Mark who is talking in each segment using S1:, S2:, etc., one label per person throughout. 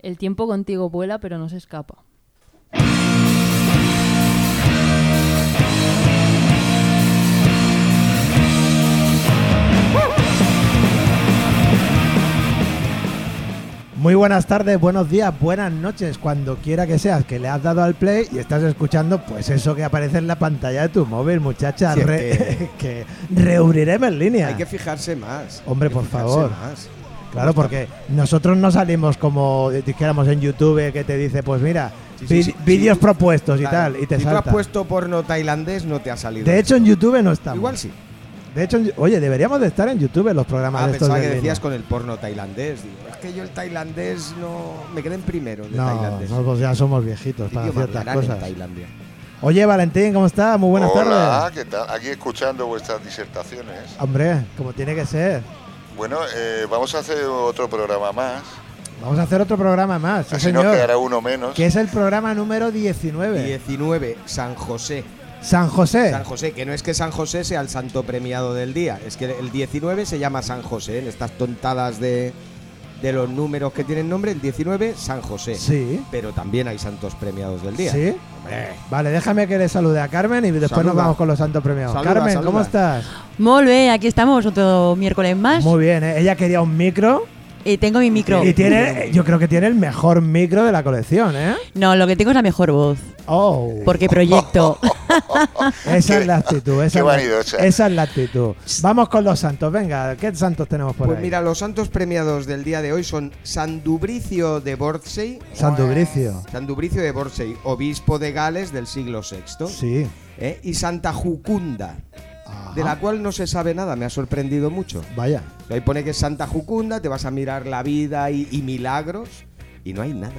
S1: El tiempo contigo vuela, pero no se escapa.
S2: Muy buenas tardes, buenos días, buenas noches, cuando quiera que seas, que le has dado al play y estás escuchando, pues eso que aparece en la pantalla de tu móvil, muchacha,
S3: Si es
S2: re- que reuniremos en línea.
S3: Hay que fijarse más.
S2: Hombre,
S3: Hay que
S2: por
S3: fijarse
S2: favor.
S3: más.
S2: Claro, porque nosotros no salimos como dijéramos en YouTube que te dice, pues mira,
S3: Sí, sí,
S2: vi-
S3: sí,
S2: vídeos
S3: sí.
S2: propuestos y
S3: Claro,
S2: tal, y te
S3: si tú
S2: salta.
S3: has puesto porno tailandés, no te ha salido.
S2: De hecho, en YouTube no estamos.
S3: igual sí.
S2: De hecho, en- oye, deberíamos de estar en YouTube los programas
S3: Ah,
S2: de estos de
S3: pensaba que
S2: en
S3: decías
S2: línea.
S3: con el porno tailandés. Digo, es que yo el tailandés no. Me quedé en primero el de
S2: No,
S3: tailandés.
S2: nosotros ya somos viejitos
S3: ¿Qué
S2: para
S3: idioma
S2: ciertas
S3: hablarán en
S2: cosas.
S3: Tailandia?
S2: Oye, Valentín, ¿cómo estás? Muy buenas
S4: Hola,
S2: tardes.
S4: ¿qué tal? Aquí escuchando vuestras disertaciones.
S2: Hombre, como tiene que ser.
S4: Bueno, eh, vamos a hacer otro programa más.
S2: Vamos a hacer otro programa más, sí,
S4: Así nos
S2: señor.
S4: quedará uno menos.
S2: Que es el programa número 19.
S3: 19. San José.
S2: San José.
S3: San José, que no es que San José sea el santo premiado del día, es que el 19 se llama San José, en estas tontadas de, de los números que tienen nombre, el 19 San José.
S2: Sí.
S3: Pero también hay santos premiados del día.
S2: ¿Sí?
S3: Hombre.
S2: Vale, déjame que le salude a Carmen y después nos
S3: Saluda.
S2: vamos con los santos premiados.
S3: Saluda,
S2: Carmen, ¿cómo
S3: saluda.
S2: estás?
S5: Molt bé, aquí estamos otro miércoles
S1: Ah,
S5: más.
S2: Muy bien, ¿eh? ella quería un micro
S5: Eh, tengo mi micro.
S2: y tiene, yo creo que tiene el mejor micro de la colección, ¿eh?
S5: No, lo que tengo es la mejor voz.
S2: Oh,
S5: Porque proyecto.
S2: esa
S4: Qué-
S2: es la actitud, esa,
S4: qué
S2: es la-
S4: vanidosa.
S2: esa es la actitud. Vamos con los santos, venga, ¿qué santos tenemos por
S3: Pues
S2: ahí?
S3: mira, los santos premiados del día de hoy son San Dubricio de Borsey.
S2: San
S3: pues
S2: Dubricio.
S3: San Dubricio de Borsey, obispo de Gales del siglo VI.
S2: Sí.
S3: ¿eh? Y Santa Jucunda,
S2: Ajá.
S3: de la cual no se sabe nada, me ha sorprendido mucho.
S2: Vaya.
S3: Ahí pone que es Santa Jucunda, te vas a mirar la vida y, y milagros y no hay nada.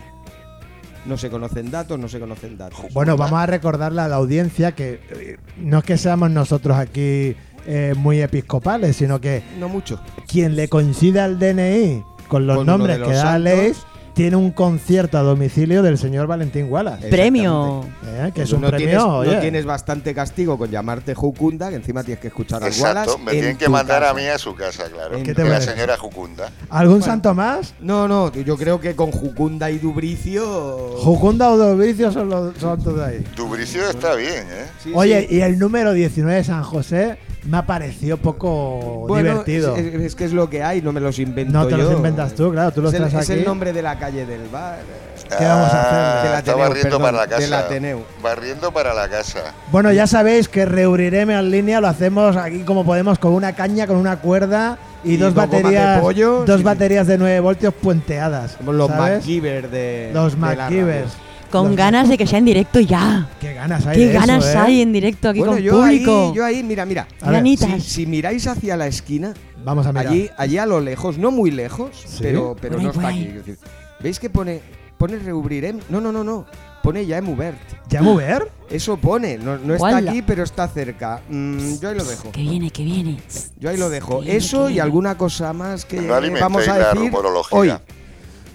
S3: No se conocen datos, no se conocen datos.
S2: Bueno, vamos a recordarle a la audiencia que eh, no es que seamos nosotros aquí eh, muy episcopales, sino que
S3: No mucho.
S2: quien le coincida el DNI con los
S3: Con uno
S2: nombres
S3: de
S2: que
S3: los
S2: da la
S3: santos.
S2: ley, tiene un concierto a domicilio del señor Valentín Wallace.
S3: Eh,
S5: Premio.
S2: ¿eh? Que
S3: Tú
S2: es un
S3: no
S2: premio,
S3: Tienes,
S2: oye.
S3: no tienes bastante castigo con llamarte Jucunda, que encima tienes que escuchar a
S4: Exacto,
S3: Wallace
S4: me
S3: en
S4: tienen que
S3: tu
S4: mandar a
S3: casa.
S4: mí a su casa, claro.
S3: ¿Qué
S4: de
S2: te
S4: la
S2: parece?
S4: señora Jucunda.
S2: ¿Algún santo más?
S3: No, no, yo creo que con Jucunda y Dubricio.
S2: Jucunda o Dovicio son los santos de ahí.
S4: Dubricio está bien, ¿eh?
S3: Sí,
S2: Oye,
S3: sí.
S2: y el número 19 de San José me ha parecido poco
S3: Bueno, eh,
S2: divertido.
S3: Es, es- es que es lo que hay, no me los invento
S2: No te los
S3: yo.
S2: inventas tú, claro, tú los
S3: es el,
S2: traes
S3: es el
S2: aquí.
S3: nombre de la calle del bar. eh,
S2: ¿Qué vamos a hacer?
S3: Del
S4: Ah, está
S3: Ateneo,
S4: barriendo
S3: perdón,
S4: para la casa.
S3: del Ateneo.
S4: Barriendo para la casa.
S2: Bueno, ya sabéis que Reurireme en línea lo hacemos aquí como podemos con una caña, con una cuerda y,
S3: Y
S2: dos
S3: dos gomas de
S2: baterías,
S3: pollo,
S2: dos
S3: sí, sí.
S2: baterías de 9 voltios puenteadas.
S3: Somos los
S2: ¿sabes?
S3: MacGyver de.
S2: Los
S3: de la
S2: MacGyvers.
S3: radio.
S5: Con
S2: Los-
S5: ganas de que sea en directo ya.
S2: Qué ganas hay.
S5: Qué
S2: de eso,
S5: ganas
S2: ¿eh?
S5: hay en directo aquí
S3: Bueno,
S5: con
S3: yo
S5: público.
S3: ahí, yo ahí, mira, mira.
S2: A ver,
S5: Ganitas.
S3: Si, si miráis hacia la esquina,
S2: Vamos a mirar.
S3: allí, allí a lo lejos, no muy lejos,
S2: Ah, Sí.
S3: pero, pero
S5: Por ahí,
S3: no está
S5: por ahí.
S3: aquí. quiero decir, ¿Veis que pone, pone Reubrirem? No, no, no, no. Pone ya em Ubert.
S2: ¿Ya mover?
S3: Eso pone. No, no está
S5: Guala.
S3: aquí, pero está cerca. Mm, yo ahí lo dejo.
S5: Que viene, que viene.
S3: Yo ahí lo dejo.
S5: Que viene, que
S3: Eso y
S5: viene.
S3: alguna cosa más que
S4: No alimentéis
S3: vamos a
S4: Pues la
S3: decir
S4: rumorología.
S3: hoy.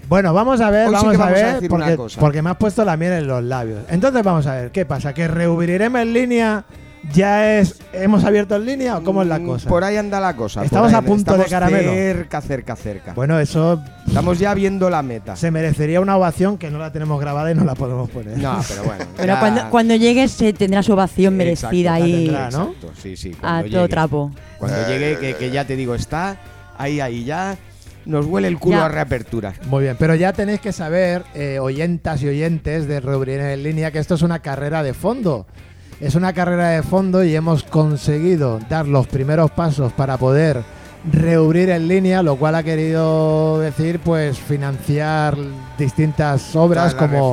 S2: Bueno, vamos a ver,
S3: Hoy sí
S2: vamos,
S3: que
S2: a
S3: vamos a
S2: ver,
S3: decir
S2: porque,
S3: una cosa.
S2: porque me has puesto la miel en los labios. Entonces vamos a ver, ¿qué pasa? ¿Que Reurireme en línea ya es, hemos abierto en línea o Ah, cómo es la
S3: Mm,
S2: cosa?
S3: Por ahí anda la cosa. por
S2: Estamos
S3: ahí
S2: a
S3: anda-
S2: punto de
S3: estamos
S2: caramelo. Pues-
S3: Cerca, cerca, cerca.
S2: Bueno, eso
S3: Estamos ya viendo la meta.
S2: se merecería una ovación que no la tenemos grabada y no la podemos poner.
S3: No, pero bueno.
S5: Pero
S3: ya-
S5: cuando, cuando llegue se tendrá su ovación merecida
S3: Exacto,
S2: la
S5: ahí
S2: tendrá, ¿no?
S3: Exacto, sí, sí.
S5: a
S3: cuando
S5: todo
S3: llegue.
S5: trapo.
S3: Cuando
S4: Ya,
S3: llegue,
S4: ya,
S3: que,
S4: ya,
S3: que
S4: ya.
S3: ya te digo, está ahí, ahí ya. Nos huele el culo
S5: Ya.
S3: a reapertura.
S2: Muy bien, pero ya tenéis que saber, eh, oyentas y oyentes de Reubrir en línea, que esto es una carrera de fondo. Es una carrera de fondo y hemos conseguido dar los primeros pasos para poder reubrir en línea, lo cual ha querido decir pues financiar distintas obras
S3: Todas las
S2: como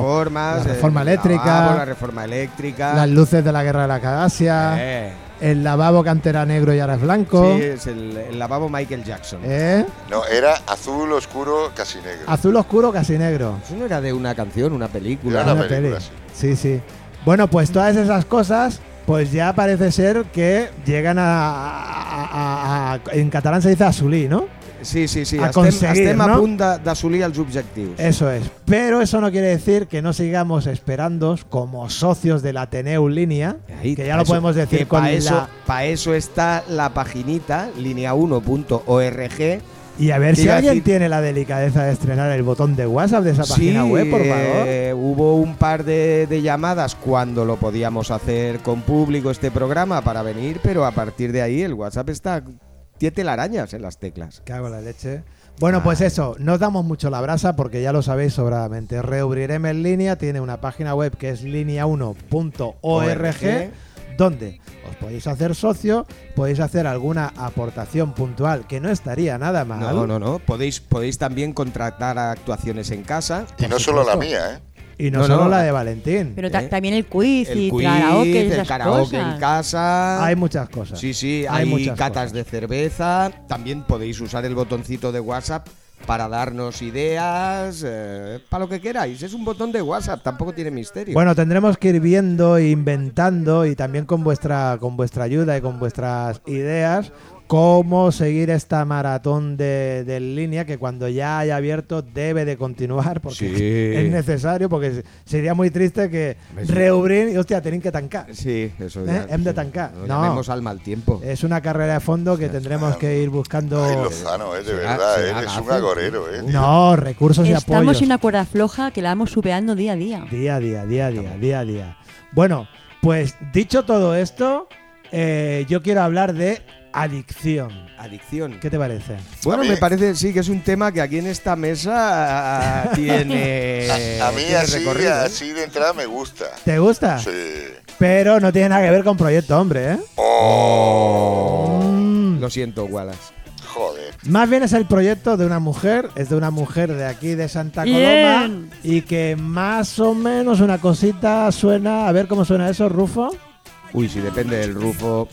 S2: la
S3: reformas, eh,
S2: reforma
S3: el
S2: eléctrica,
S3: lavabo, la reforma eléctrica.
S2: las luces de la guerra de la galaxia,
S3: eh,
S2: el lavabo que antes era negro y ahora es blanco,
S3: sí, es el, el lavabo Michael Jackson.
S2: ¿eh?
S4: No, era azul oscuro, casi negro.
S3: Ah,
S2: azul oscuro casi negro.
S3: Eso no era de una canción, una película.
S4: Era una
S2: Una
S4: película,
S2: peli. Sí, sí. Bueno, pues todas esas cosas, pues ya parece ser que llegan a. a- a- a- en catalán se dice azulí, ¿no?
S3: Sí, sí, sí.
S2: A
S3: estem,
S2: conseguir,
S3: estem
S2: no? Eh,
S3: a punt de- d'assolir els objectius.
S2: Eso es. Pero eso no quiere decir que no sigamos esperando como socios del Ateneu Línea,
S3: Ahí,
S2: que ya
S3: pa
S2: lo
S3: eso-
S2: podemos decir
S3: que
S2: con
S3: pa eso,
S2: la.
S3: Para eso está la paginita linea1.org
S2: Y a ver
S3: Te
S2: si
S3: iba a
S2: alguien
S3: decir-
S2: tiene la delicadeza de estrenar el botón de WhatsApp de esa
S3: Sí,
S2: página web, por favor.
S3: eh, hubo un par de, de llamadas cuando lo podíamos hacer con público este programa para venir, pero a partir de ahí el WhatsApp está tiene telarañas en las teclas.
S2: Cago en la leche. Bueno, pues
S3: ah.
S2: eso, no os damos mucho la brasa porque ya lo sabéis sobradamente. Reubriremos en línea, tiene una página web que es linea1.org,
S3: ORG,
S2: donde os podéis hacer socio, podéis hacer alguna aportación puntual, que no estaría nada mal.
S3: No, no, no. Podéis, podéis también contratar actuaciones en casa.
S4: Y no solo la mía, ¿eh?
S2: Y no,
S3: No,
S2: solo
S3: no.
S2: la de Valentín.
S5: Pero ta-
S3: ¿Eh?
S5: también el quiz y
S3: El quiz,
S5: karaoke, y
S3: el
S5: esas
S3: karaoke
S5: cosas.
S3: en casa.
S2: hay muchas cosas.
S3: Sí, sí,
S2: Hay
S3: hay,
S2: muchas
S3: catas
S2: cosas.
S3: de cerveza. También podéis usar el botoncito de WhatsApp para darnos ideas, eh, para lo que queráis. Es un botón de WhatsApp, tampoco tiene misterio.
S2: Bueno, tendremos que ir viendo, e inventando y también con vuestra, con vuestra ayuda y con vuestras ideas cómo seguir esta maratón de, de línea que cuando ya haya abierto debe de continuar porque
S3: Sí.
S2: es necesario porque se- sería muy triste que
S3: Ves.
S2: reubrir y hostia, tenéis que tancar.
S3: Sí, eso
S2: ¿Eh?
S3: ya.
S2: Hem de tancar.
S3: No,
S2: No. Eh,
S3: llamemos al mal tiempo.
S2: Es una carrera de fondo que tendremos que ir
S4: Ay,
S2: buscando
S4: Lozano, ¿eh? De
S3: será-
S4: verdad,
S3: será
S4: ¿eh? es un
S3: gafe.
S4: agorero, ¿eh?
S2: no recursos y apoyos.
S5: Estamos en una cuerda floja que la vamos supeando día a día.
S2: Día a día, día a día, día a día. Bueno, pues dicho todo esto, eh, yo quiero hablar de adicción.
S3: Adicción.
S2: ¿Qué te parece?
S3: Bueno,
S4: A mí-
S3: me parece sí que es un tema que aquí en esta mesa tiene.
S4: A mí
S3: tiene
S4: así,
S3: recorrido, ¿eh? Ah.
S4: así de entrada me gusta.
S2: ¿Te gusta?
S4: Sí.
S2: Pero no tiene nada que ver con Proyecto Hombre, ¿eh? Mm.
S3: Lo siento, Wallace.
S4: Joder.
S2: Más bien es el proyecto de una mujer, es de una mujer de aquí de Santa Coloma
S5: Bien.
S2: y que más o menos una cosita suena, a ver cómo suena eso, Rufo.
S3: Uy, si depende del rufo.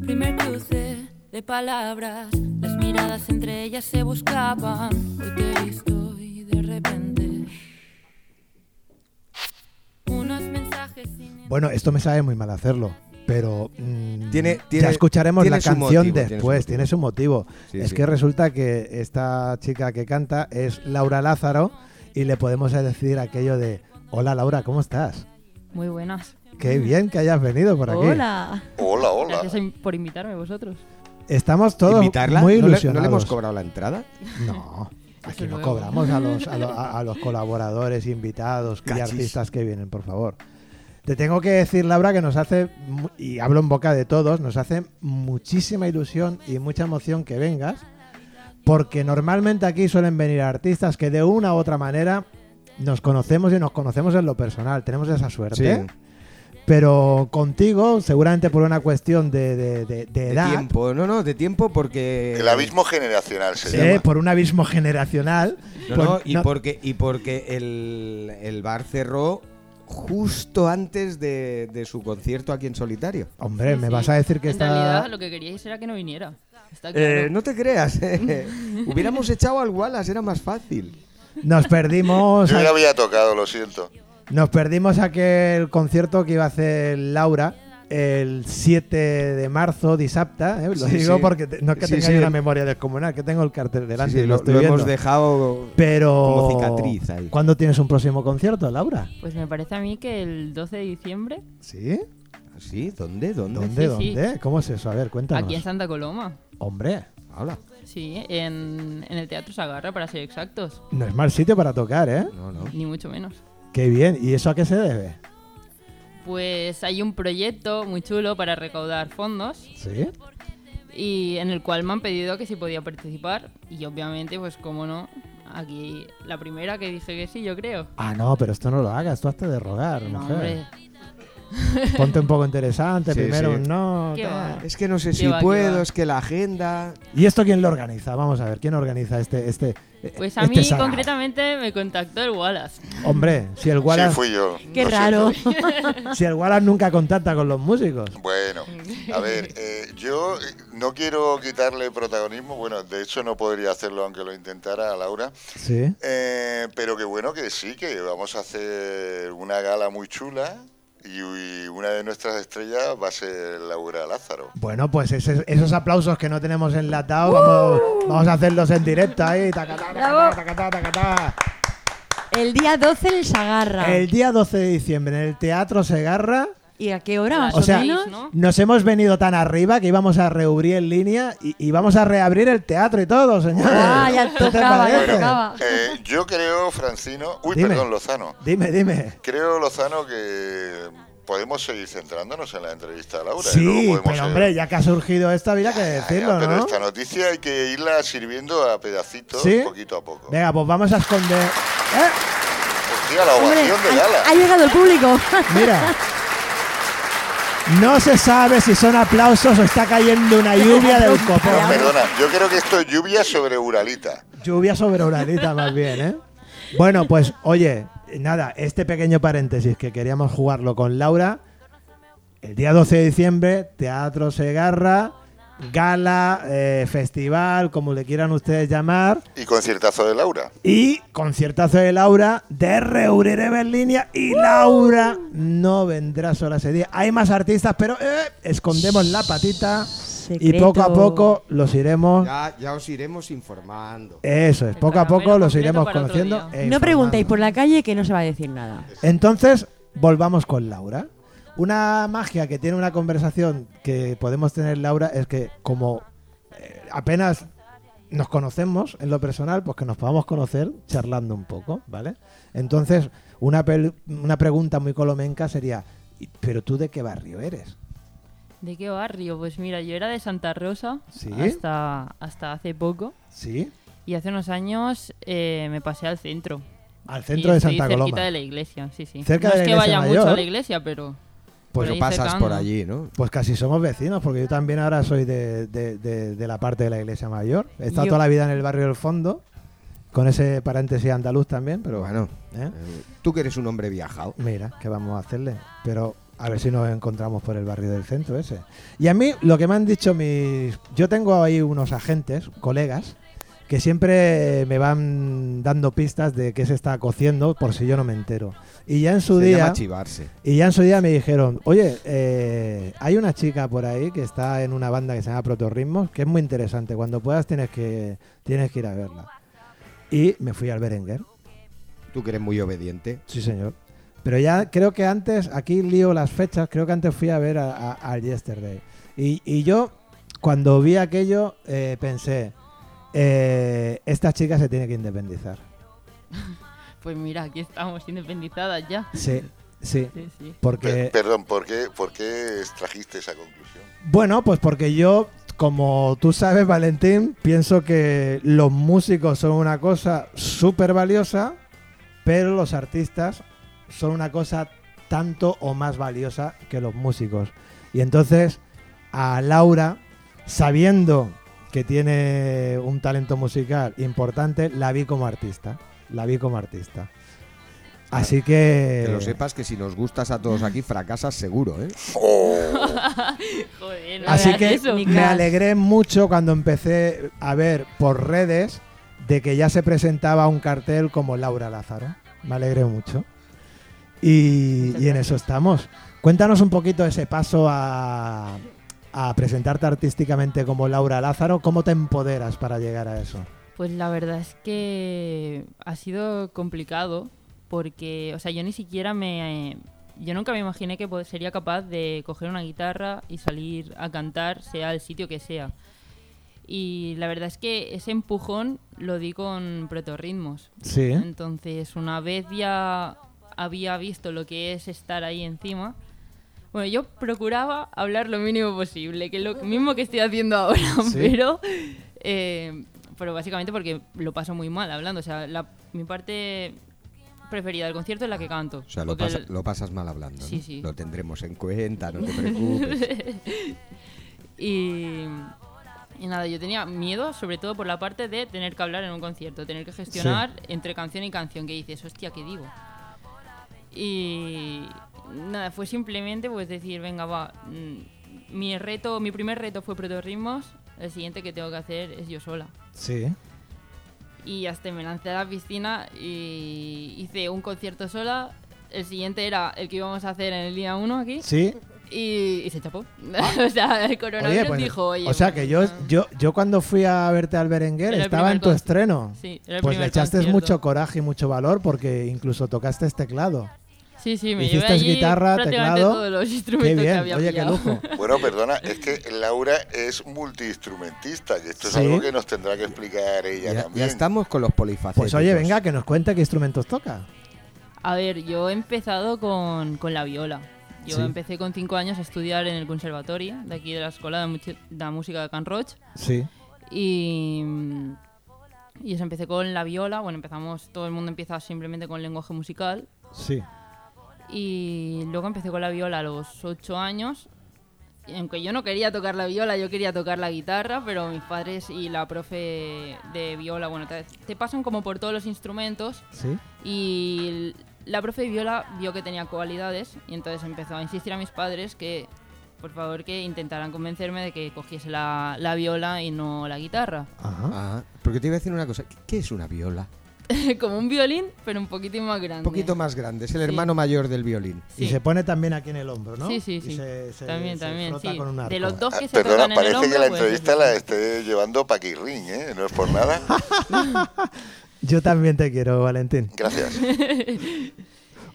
S6: Primer cruce de palabras, las miradas entre ellas se buscaban. Hoy te he visto y de repente. Unos mensajes sin.
S2: Bueno, esto me sabe muy mal hacerlo, pero mm,
S3: Tiene- tiene-
S2: ya escucharemos
S3: tiene
S2: la
S3: su
S2: canción
S3: motivo, tiene su
S2: después,
S3: motivo.
S2: tiene su motivo.
S3: Sí,
S2: es
S3: sí.
S2: que resulta que esta chica que canta es Laura Lázaro y le podemos decir aquello de, hola Laura, ¿cómo estás?
S1: Muy buenas.
S2: Qué bien que hayas venido por aquí.
S5: Hola.
S4: Hola, hola.
S1: Gracias a- por invitarme vosotros.
S2: Estamos todos
S3: ¿Invitarla?
S2: muy
S3: ¿No le-
S2: ilusionados.
S3: ¿No le hemos cobrado la entrada?
S2: No, aquí
S1: Desde
S2: no
S1: luego.
S2: cobramos a los, a, lo- a- a los colaboradores, invitados y
S3: Cachis.
S2: artistas que vienen, por favor. Te tengo que decir, Laura, que nos hace, mu- y hablo en boca de todos, nos hace muchísima ilusión y mucha emoción que vengas, porque normalmente aquí suelen venir artistas que de una u otra manera nos conocemos y nos conocemos en lo personal, tenemos esa suerte. Pero contigo, seguramente por una cuestión de, de- de- de
S3: De
S2: edad,
S3: tiempo, no, no, de tiempo porque.
S4: El abismo generacional se
S2: Eh, Sí, pues,
S4: llama.
S2: ¿eh? por un abismo generacional.
S3: No,
S2: por-
S3: no, y
S2: no-
S3: porque, y porque el, el bar cerró justo antes de, de su concierto aquí en solitario.
S2: Hombre,
S1: Sí,
S2: Eh, me
S1: sí.
S2: vas a decir que
S1: en
S2: está.
S1: realidad lo que queríais era que no viniera. Está claro.
S3: Eh, no te creas, eh. hubiéramos echado al Wallace, era más fácil.
S2: Nos perdimos.
S4: Yo
S2: a-
S4: ya había tocado, lo siento.
S2: Nos perdimos aquel concierto que iba a hacer Laura el 7 de marzo, disapta. ¿eh? Lo
S3: Sí,
S2: digo
S3: sí.
S2: porque te- no es que
S3: Sí,
S2: tenga
S3: sí.
S2: una memoria descomunal, que tengo el cartel delante
S3: Sí,
S2: y
S3: sí,
S2: lo
S3: lo,
S2: estoy
S3: lo
S2: viendo.
S3: hemos dejado.
S2: Pero.
S3: como cicatriz ahí.
S2: ¿Cuándo tienes un próximo concierto, Laura?
S1: Pues me parece a mí que el 12 de diciembre,
S2: ¿Sí?
S3: ¿Sí? ¿Dónde? ¿Dónde?
S2: ¿Dónde?
S1: Sí, sí.
S2: ¿Dónde? ¿Cómo es eso? A ver, cuéntanos.
S1: aquí en Santa Coloma.
S2: Hombre,
S3: Habla.
S1: Sí, en, en el Teatro Sagarra, para ser exactos.
S2: no es mal sitio para tocar, ¿eh?
S3: No, no.
S1: Ni mucho menos.
S2: Qué bien. ¿Y eso a qué se debe?
S1: Pues hay un proyecto muy chulo para recaudar fondos
S2: ¿Sí?
S1: y en el cual me han pedido que si podía participar y obviamente pues como no aquí la primera que dije que sí yo creo
S2: Ah, no, pero esto no lo hagas, tú hazte de rogar,
S1: no,
S2: mujer.
S1: hombre
S2: Ponte un poco interesante,
S3: Sí,
S2: primero
S3: sí.
S2: un no.
S1: Qué
S2: tal.
S1: va.
S3: Es que no sé
S1: Qué
S3: si
S1: va, qué
S3: puedo,
S1: va.
S3: es que la agenda.
S2: ¿Y esto quién lo organiza? Vamos a ver, ¿quién organiza este este
S1: pues a
S2: este
S1: mí
S2: sarao?
S1: concretamente me contactó el Wallace
S2: Hombre, si el
S4: Sí,
S2: Wallace,
S4: fui yo.
S5: Qué
S4: lo
S5: raro.
S4: siento.
S2: si el Wallace nunca contacta con los músicos.
S4: Bueno, a ver, eh, yo eh, no quiero quitarle protagonismo, bueno, de hecho no podría hacerlo aunque lo intentara a Laura,
S2: Sí.
S4: Eh, pero que bueno que sí, que vamos a hacer una gala muy chula y, y una de nuestras estrellas va a ser Laura Lázaro.
S2: Bueno, pues ese- esos aplausos que no tenemos enlatados, vamos, vamos a hacerlos en directo ahí. tacatá, tacatá, tacatá, tacatá.
S5: El día 12 en el Sagarra.
S2: El día 12 de diciembre en el Teatro Segarra.
S5: ¿Y a qué hora más
S1: O
S5: o,
S2: sea,
S5: menos?
S1: ¿no?
S2: Nos hemos venido tan arriba que íbamos a reabrir en línea y, y vamos a reabrir el teatro y todo, señores.
S5: Ah, ya
S2: ¿Qué te
S5: tocaba, ya
S2: parece?
S5: tocaba.
S4: Eh, yo creo, Francino. Uy,
S2: Dime.
S4: perdón, Lozano.
S2: Dime, dime.
S4: Creo, Lozano, que podemos seguir centrándonos en la entrevista a Laura. y luego
S2: Sí,
S4: podemos
S2: pero
S4: ir-
S2: hombre, ya que ha surgido esto, habría que
S4: Ya, ya,
S2: decirlo,
S4: Pero
S2: ¿no?
S4: esta noticia hay que irla sirviendo a pedacitos,
S2: ¿Sí?
S4: poquito a poco.
S2: Venga, pues vamos a esconder. ¿Eh?
S4: Hostia, la
S5: Hombre,
S4: ovación de gala.
S5: ha, ha llegado el público.
S2: Mira. No se sabe si son aplausos o está cayendo una lluvia del
S4: No,
S2: copón.
S4: perdona, yo creo que esto es lluvia sobre Uralita.
S2: Lluvia sobre Uralita, más bien, ¿eh? Bueno, pues oye, nada, este pequeño paréntesis que queríamos jugarlo con Laura. El día 12 de diciembre, Teatro Segarra, gala, eh, festival, como le quieran ustedes llamar.
S4: Y conciertazo de Laura.
S2: Y conciertazo de Laura de Reurireme en línea. Y Laura no vendrá sola ese día. Hay más artistas, pero eh, escondemos la patita. Y poco a
S5: Secreto.
S2: poco eh, los iremos.
S3: Ya, ya os iremos informando.
S2: Eso es,
S1: El
S2: poco a poco
S1: caramelo
S2: los
S1: completo
S2: iremos
S1: para otro
S2: conociendo.
S1: día.
S2: e
S5: No preguntéis
S2: informando.
S5: por la calle que no se va a decir nada.
S2: Entonces, volvamos con Laura. Una magia que tiene una conversación que podemos tener Laura es que como eh, apenas nos conocemos en lo personal, pues que nos podamos conocer charlando un poco, ¿vale? Entonces, una, pel- una pregunta muy colomenca sería, "¿Y- ¿pero tú de qué barrio eres?
S1: ¿De qué barrio? Pues mira, yo era de Santa Rosa
S2: Sí.
S1: hasta, hasta hace poco.
S2: ¿Sí?
S1: Y hace unos años eh, me pasé al centro.
S2: Al centro
S1: Y
S2: de
S1: estoy
S2: Santa
S1: cerquita
S2: Coloma.
S1: de la iglesia, sí, sí.
S2: Cerca
S1: no
S2: de la
S1: es que
S2: iglesia
S1: vaya mucho a
S2: mayor.
S1: la iglesia, pero...
S3: Pues
S1: ahí
S3: pasas
S1: cercano.
S3: por allí, ¿no?
S2: Pues casi somos vecinos, porque yo también ahora soy de, de- de- de la parte de la iglesia mayor. He estado
S5: Yo-
S2: toda la vida en el barrio del fondo, con ese paréntesis andaluz también, pero
S3: Pero
S2: bueno.
S3: bueno,
S2: ¿eh?
S3: eh, tú que eres un hombre viajado.
S2: Mira, ¿qué vamos a hacerle? Pero a ver si nos encontramos por el barrio del centro ese. Y a mí lo que me han dicho mis... Yo tengo ahí unos agentes, colegas, que siempre me van dando pistas de qué se está cociendo por si yo no me entero. Y ya en su
S3: Se
S2: día...
S3: llama chivarse.
S2: Y ya en su día me dijeron, oye, eh, hay una chica por ahí que está en una banda que se llama Protorritmos, que es muy interesante. Cuando puedas tienes que, tienes que ir a verla. Y me fui al Berenguer.
S3: Tú que eres muy obediente.
S2: Sí, señor. Pero ya creo que antes, aquí lío las fechas, creo que antes fui a ver a- a- al Yesterday. Y, y yo, cuando vi aquello, eh, pensé, eh, esta chica se tiene que independizar.
S1: Pues mira, aquí estamos independizadas ya.
S2: Sí, sí.
S1: Sí, sí.
S2: Porque
S4: Pe- perdón, ¿por qué, ¿por qué extrajiste esa conclusión?
S2: Bueno, pues porque yo, como tú sabes, Valentín, pienso que los músicos son una cosa súper valiosa, pero los artistas son una cosa tanto o más valiosa que los músicos. Y entonces, a Laura, sabiendo que tiene un talento musical importante, la vi como artista. La vi como artista. Así que...
S3: Que lo sepas que si nos gustas a todos aquí, fracasas seguro, ¿eh?
S2: Oh.
S1: Joder, no
S2: Así
S1: hagas
S2: que
S1: eso.
S5: Ni
S2: me
S5: cas.
S2: alegré mucho cuando empecé a ver por redes de que ya se presentaba un cartel como Laura Lázaro. Me alegré mucho. Y,
S1: Muchas
S2: y en
S1: gracias.
S2: eso estamos. Cuéntanos un poquito ese paso a, a presentarte artísticamente como Laura Lázaro. ¿Cómo te empoderas para llegar a eso?
S1: Pues la verdad es que ha sido complicado porque, o sea, yo ni siquiera me... Yo nunca me imaginé que pod- sería capaz de coger una guitarra y salir a cantar, sea el sitio que sea. Y la verdad es que ese empujón lo di con protorritmos.
S2: Sí.
S1: Entonces, una vez ya había visto lo que es estar ahí encima, bueno, yo procuraba hablar lo mínimo posible, que es lo mismo que estoy haciendo ahora,
S2: Sí.
S1: pero, eh, pero básicamente porque lo paso muy mal hablando. O sea, la- mi parte preferida del concierto es la que canto.
S3: O sea, lo,
S1: porque
S3: pasa-
S1: el-
S3: lo pasas mal hablando. ¿no?
S1: Sí, sí.
S3: Lo tendremos en cuenta, no te preocupes.
S1: Y, y nada, yo tenía miedo, sobre todo por la parte de tener que hablar en un concierto, tener que gestionar entre canción y canción, que dices, hostia, ¿qué digo? Y nada, fue simplemente pues decir, venga, va, mm, mi reto, mi primer reto fue protorritmos, el siguiente que tengo que hacer es yo sola.
S2: Sí.
S1: Y hasta me lancé a la piscina y hice un concierto sola. El siguiente era el que íbamos a hacer en el día 1 aquí.
S2: Sí.
S1: Y, y se chapó. o sea, el coronavirus
S2: pues,
S1: dijo, oye.
S2: o sea que yo,
S1: pues,
S2: yo, yo cuando fui a verte al Berenguer
S1: Era el
S2: estaba en
S1: primer
S2: tu
S1: conci-
S2: estreno.
S1: Sí, era el
S2: pues le
S1: primer
S2: echaste
S1: concierto.
S2: mucho coraje y mucho valor porque incluso tocaste este teclado.
S1: Sí, sí, me llevé
S2: Hiciste
S1: allí
S2: guitarra,
S1: prácticamente
S2: teclado.
S1: todos los instrumentos
S2: Qué
S1: que
S2: bien,
S1: había
S2: oye, qué
S1: pillado.
S2: lujo.
S4: Bueno, perdona, es que Laura es multiinstrumentista y esto es
S2: Sí.
S4: algo que nos tendrá que explicar ella
S3: Ya,
S4: también.
S3: ya estamos con los polifacéticos.
S2: Pues oye, venga, que nos cuente qué instrumentos toca.
S1: A ver, yo he empezado con, con la viola. Yo
S2: Sí.
S1: empecé con cinco años a estudiar en el conservatorio de aquí de la Escuela de, Muchi- de Música de Can Roig.
S2: Sí.
S1: Y, y eso empecé con la viola. Bueno, empezamos, todo el mundo empieza simplemente con lenguaje musical.
S2: Sí.
S1: Y luego empecé con la viola a los ocho años. Y aunque yo no quería tocar la viola, yo quería tocar la guitarra, pero mis padres y la profe de viola, bueno, te, te pasan como por todos los instrumentos.
S2: Sí.
S1: Y l- la profe de viola vio que tenía cualidades y entonces empezó a insistir a mis padres que, por favor, que intentaran convencerme de que cogiese la, la viola y no la guitarra.
S2: Ajá.
S3: Ah, porque te iba a decir una cosa. ¿Qué- ¿Qué es una viola?
S1: como un violín, pero un poquitín más grande.
S3: Un poquito más grande. Es el
S1: Sí.
S3: hermano mayor del violín.
S1: Sí.
S2: Y se pone también aquí en el hombro, ¿no?
S1: Sí, sí,
S2: Y
S1: sí.
S2: se- se-
S1: también,
S2: se
S1: también,
S2: frota
S1: sí.
S2: con un arco.
S1: De los dos
S4: Ah,
S1: que se
S4: perdona,
S1: tocan en el
S4: parece
S1: hombro,
S4: que la
S1: pues,
S4: entrevista la esté llevando Paquirrin, ¿eh? No es por nada.
S2: Yo también te quiero, Valentín.
S4: Gracias.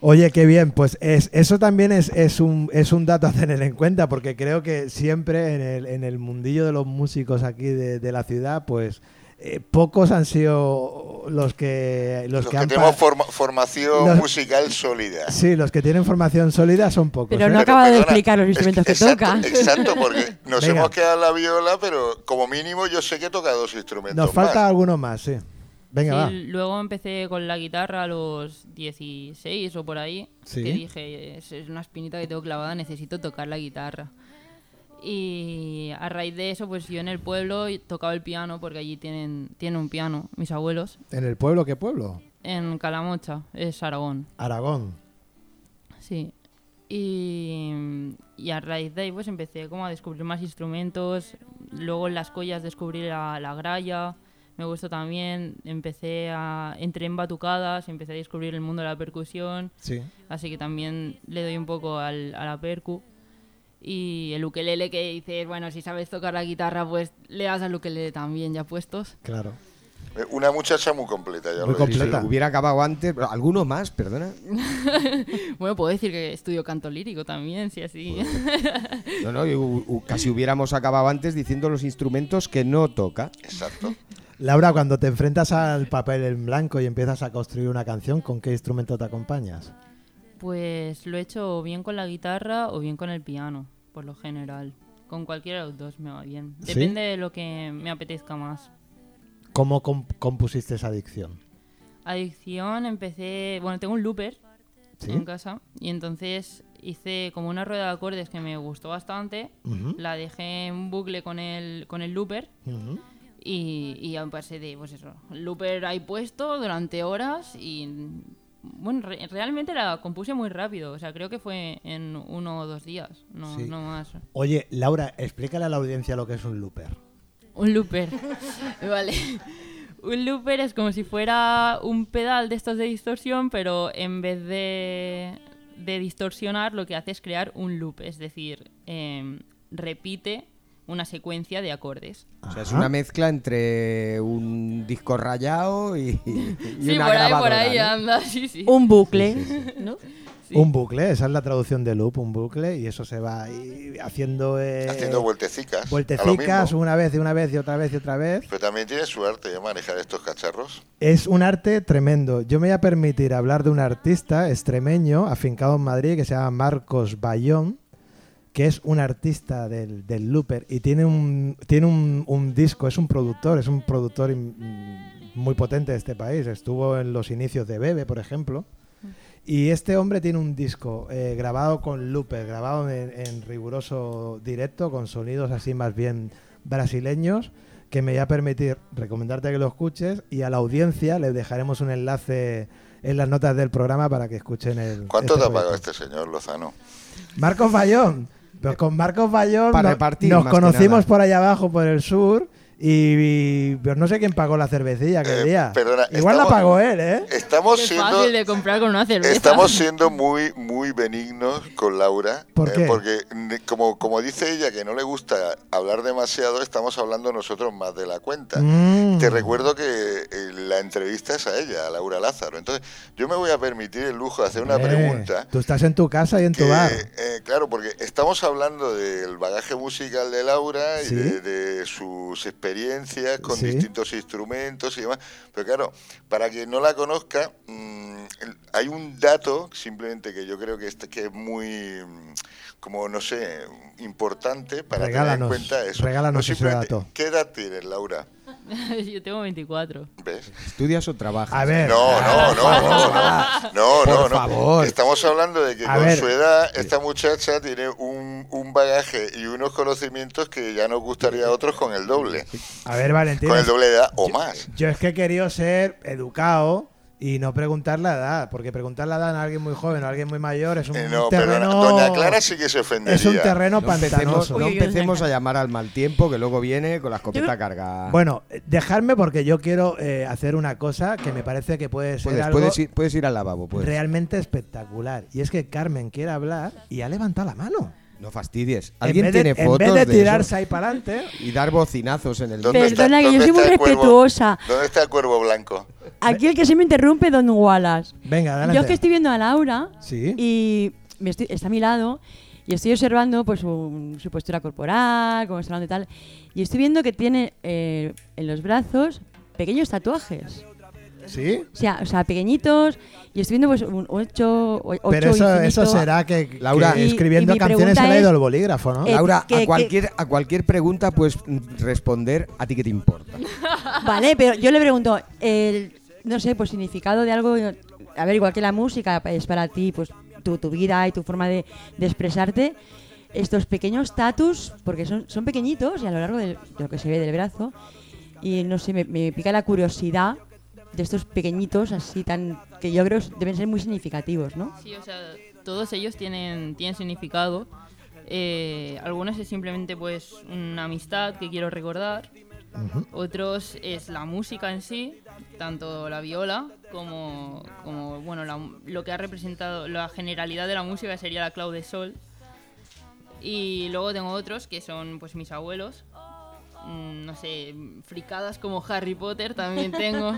S2: Oye, qué bien, pues es, eso también es, es, un, es un dato a tener en cuenta, porque creo que siempre en el, en el mundillo de los músicos aquí de, de la ciudad, pues eh, pocos han sido los que, los
S4: Los
S2: que,
S4: que
S2: han pa-
S4: tenemos forma- formación
S2: Los-
S4: musical sólida.
S2: Sí, los que tienen formación sólida son pocos.
S5: Pero
S2: ¿eh?
S5: no acaba de
S4: perdona,
S5: explicar los
S4: es-
S5: instrumentos que
S4: exacto,
S5: toca.
S4: Exacto, porque nos
S2: Venga.
S4: hemos quedado en la viola, pero como mínimo yo sé que toca dos instrumentos
S2: Nos falta
S4: más.
S2: alguno más, sí. Venga, va.
S1: Sí, luego empecé con la guitarra a los 16 o por ahí.
S2: Sí.
S1: Que dije, es, es una espinita que tengo clavada, necesito tocar la guitarra. Y a raíz de eso, pues yo en el pueblo tocaba el piano, porque allí tienen, tienen un piano, mis abuelos,
S2: ¿En el pueblo qué pueblo?
S1: en Calamocha, es Aragón.
S2: Aragón.
S1: Sí. Y, y a raíz de ahí pues empecé como a descubrir más instrumentos. Luego en las collas descubrí la, la gralla. Me gustó también. Empecé a... Entré en batucadas, empecé a descubrir el mundo de la percusión.
S2: Sí.
S1: Así que también le doy un poco al, a la percu. Y el ukelele que dices, bueno, si sabes tocar la guitarra, pues le das al ukelele también ya puestos.
S2: Claro.
S4: Eh, Una muchacha muy completa, ya
S2: Muy
S4: lo
S2: com-
S4: he dicho.
S2: Completa.
S3: Si hubiera acabado antes. pero ¿Alguno más? Perdona.
S1: Bueno, puedo decir que estudio canto lírico también, si así...
S3: No, no, yo- u- casi hubiéramos acabado antes diciendo los instrumentos que no toca.
S5: Pues,
S4: Exacto.
S2: Laura, cuando te enfrentas al papel en blanco y empiezas a construir una canción, ¿con qué instrumento te acompañas?
S1: Pues lo he hecho o bien con la guitarra o bien con el piano, por lo general. Con cualquiera de los dos me va bien.
S2: ¿Sí?
S1: Depende de lo que me apetezca más.
S2: ¿Cómo com- compusiste esa adicción?
S1: Adicción, empecé... Bueno, tengo un looper
S2: ¿Sí?
S1: en casa y entonces hice como una rueda de acordes que me gustó bastante.
S2: Ujú.
S1: La dejé en bucle con el, con el looper
S2: Ujú.
S1: y, y ya me pasé de, pues eso, looper ahí puesto durante horas y... Bueno, re- realmente la compuse muy rápido, o sea, creo que fue en uno o dos días, no,
S2: Sí.
S1: no más.
S2: Oye, Laura, explícale a la audiencia lo que es un looper.
S1: Un looper. vale. Un looper es como si fuera un pedal de estos de distorsión, pero en vez de, de distorsionar, lo que hace es crear un loop, es decir, em, repite una secuencia de acordes.
S3: O sea, es
S2: Ajá.
S3: una mezcla entre un disco rayado y, y
S1: sí, por
S3: una
S1: ahí, por
S3: grabadora,
S1: ahí
S3: ¿no?
S1: anda, sí, sí.
S5: Un bucle. ¿no?
S1: sí.
S2: Un bucle, esa es la traducción de loop, un bucle, y eso se va ahí haciendo, eh,
S4: Haciendo vueltecicas. a lo
S2: vueltecicas
S4: mismo.
S2: una vez y una vez y otra vez y otra vez.
S4: Pero también tiene su arte ¿eh? manejar estos cacharros.
S5: Este
S2: Es un arte tremendo. Yo me voy a permitir hablar de un artista extremeño afincado en Madrid que se llama Marcos Bayón, que es un artista del, del looper y tiene, un, tiene un, un disco, es un productor, es un productor mm, muy potente de este país. Estuvo en los inicios de Bebe, por ejemplo. Y este hombre tiene un disco eh, grabado con looper, grabado en, en riguroso directo, con sonidos así más bien brasileños, que me va a permitir recomendarte que lo escuches y a la audiencia le dejaremos un enlace en las notas del programa para que escuchen el...
S4: ¿Cuánto
S2: este
S4: te ha pagado
S2: proyecto.
S4: este señor Lozano?
S2: Marcos Bayón. Pues con Marcos Bayón
S3: Para
S2: no-
S3: repartir,
S2: nos
S3: más que
S2: conocimos
S3: nada.
S2: por allá abajo, por el sur, Y, y- pero no sé quién pagó la cervecilla aquel
S4: Eh,
S2: día.
S4: perdona,
S2: Igual la
S4: estamos-
S2: pagó él, ¿eh?
S4: Estamos
S1: Es
S4: siendo,
S1: fácil de comprar con una cerveza.
S4: estamos siendo muy, muy benignos con Laura. eh,
S2: ¿Por qué?
S4: porque, ne- como, como dice ella, que no le gusta hablar demasiado, estamos hablando nosotros más de la cuenta.
S2: Mm.
S4: Eh, Te recuerdo que eh, la entrevista es a ella, a Laura Lázaro. Entonces, yo me voy a permitir el lujo de hacer una
S2: Eh,
S4: pregunta.
S2: Tú estás en tu casa y en tu
S4: que,
S2: bar.
S4: eh, claro, porque estamos hablando del bagaje musical de Laura
S2: Sí.
S4: y de, de sus experiencias con
S2: Sí.
S4: distintos instrumentos y demás. Pero claro, para quien no la conozca, mm, el- hay un dato simplemente que yo creo que, este- que es muy, mm, como no sé, importante para
S2: Regálanos,
S4: tener en cuenta eso. Pues
S2: regálanos ese
S4: simplemente,
S2: dato.
S4: ¿Qué edad tienes, Laura?
S1: Yo tengo 24.
S4: ¿Ves?
S3: ¿Estudias o trabajas?
S2: A ver.
S4: No, no, no, no, no, no, no,
S2: Por
S4: no.
S2: favor.
S4: Estamos hablando de que
S2: A
S4: con
S2: ver.
S4: su edad esta muchacha tiene un, un bagaje y unos conocimientos que ya nos gustaría a otros con el doble,
S2: A ver, Valentín.
S4: con el doble de edad o más.
S2: Yo es que he querido ser educado y no preguntar la edad, porque preguntar la edad a alguien muy joven o a alguien muy mayor es un
S4: Eh, no, pero
S2: terreno.
S4: doña Clara sí que se ofendería.
S2: es un terreno
S3: No empecemos,
S2: pantanoso.
S3: no
S5: Uy, uy, uy.
S3: empecemos a llamar al mal tiempo que luego viene con la escopeta cargada.
S2: Bueno, eh, dejadme porque yo quiero eh, hacer una cosa que me parece que puede ser
S3: puedes,
S2: algo
S3: puedes ir, puedes ir al lavabo, pues. puedes.
S2: realmente espectacular. Y es que Carmen quiere hablar y ha levantado la mano.
S3: No fastidies.
S2: En
S3: ¿Alguien
S2: vez de-
S3: tiene fotos
S2: En vez de
S3: eso?
S2: tirarse ahí para adelante,
S3: y dar bocinazos en el
S4: ¿Dónde
S3: micro?
S4: está-
S5: Perdona, que yo
S4: dónde
S5: soy muy
S4: está el cuervo?
S5: respetuosa.
S4: ¿Dónde está el cuervo blanco?
S5: Aquí el que se me interrumpe, Don Wallace.
S2: venga, adelante.
S5: Yo es que estoy viendo a Laura
S2: Sí.
S5: y me estoy- está a mi lado y estoy observando pues, su, su postura corporal, cómo está hablando y tal. Y estoy viendo que tiene eh, en los brazos pequeños tatuajes.
S2: ¿Sí?
S5: O sea, o sea pequeñitos. Y estoy viendo pues un 8, 8
S2: Pero eso, eso será que,
S3: Laura,
S2: que
S5: Y-
S2: escribiendo
S5: y mi
S2: canciones
S5: pregunta
S2: se le ha ido
S5: es-
S2: el bolígrafo, ¿no?
S5: Eh,
S3: Laura,
S5: que-
S3: a,
S5: que-
S3: cualquier, a cualquier pregunta puedes mm, responder a ti que te importa.
S5: Vale, pero yo le pregunto, el, no sé, pues significado de algo, a ver, igual que la música es para ti, pues tu, tu vida y tu forma de, de expresarte, estos pequeños tatus, porque son, son pequeñitos y a lo largo del- de lo que se ve del brazo, y no sé, me, me pica la curiosidad de estos pequeñitos así tan, que yo creo deben ser muy significativos, ¿no?
S1: Sí, o sea, todos ellos tienen, tienen significado. Eh, algunos es simplemente pues una amistad que quiero recordar. Otros es la música en sí, tanto la viola como, como bueno, la- lo que ha representado la generalidad de la música sería la Clau de Sol. Y luego tengo otros que son pues mis abuelos. Mm, no sé, fricadas como Harry Potter también tengo.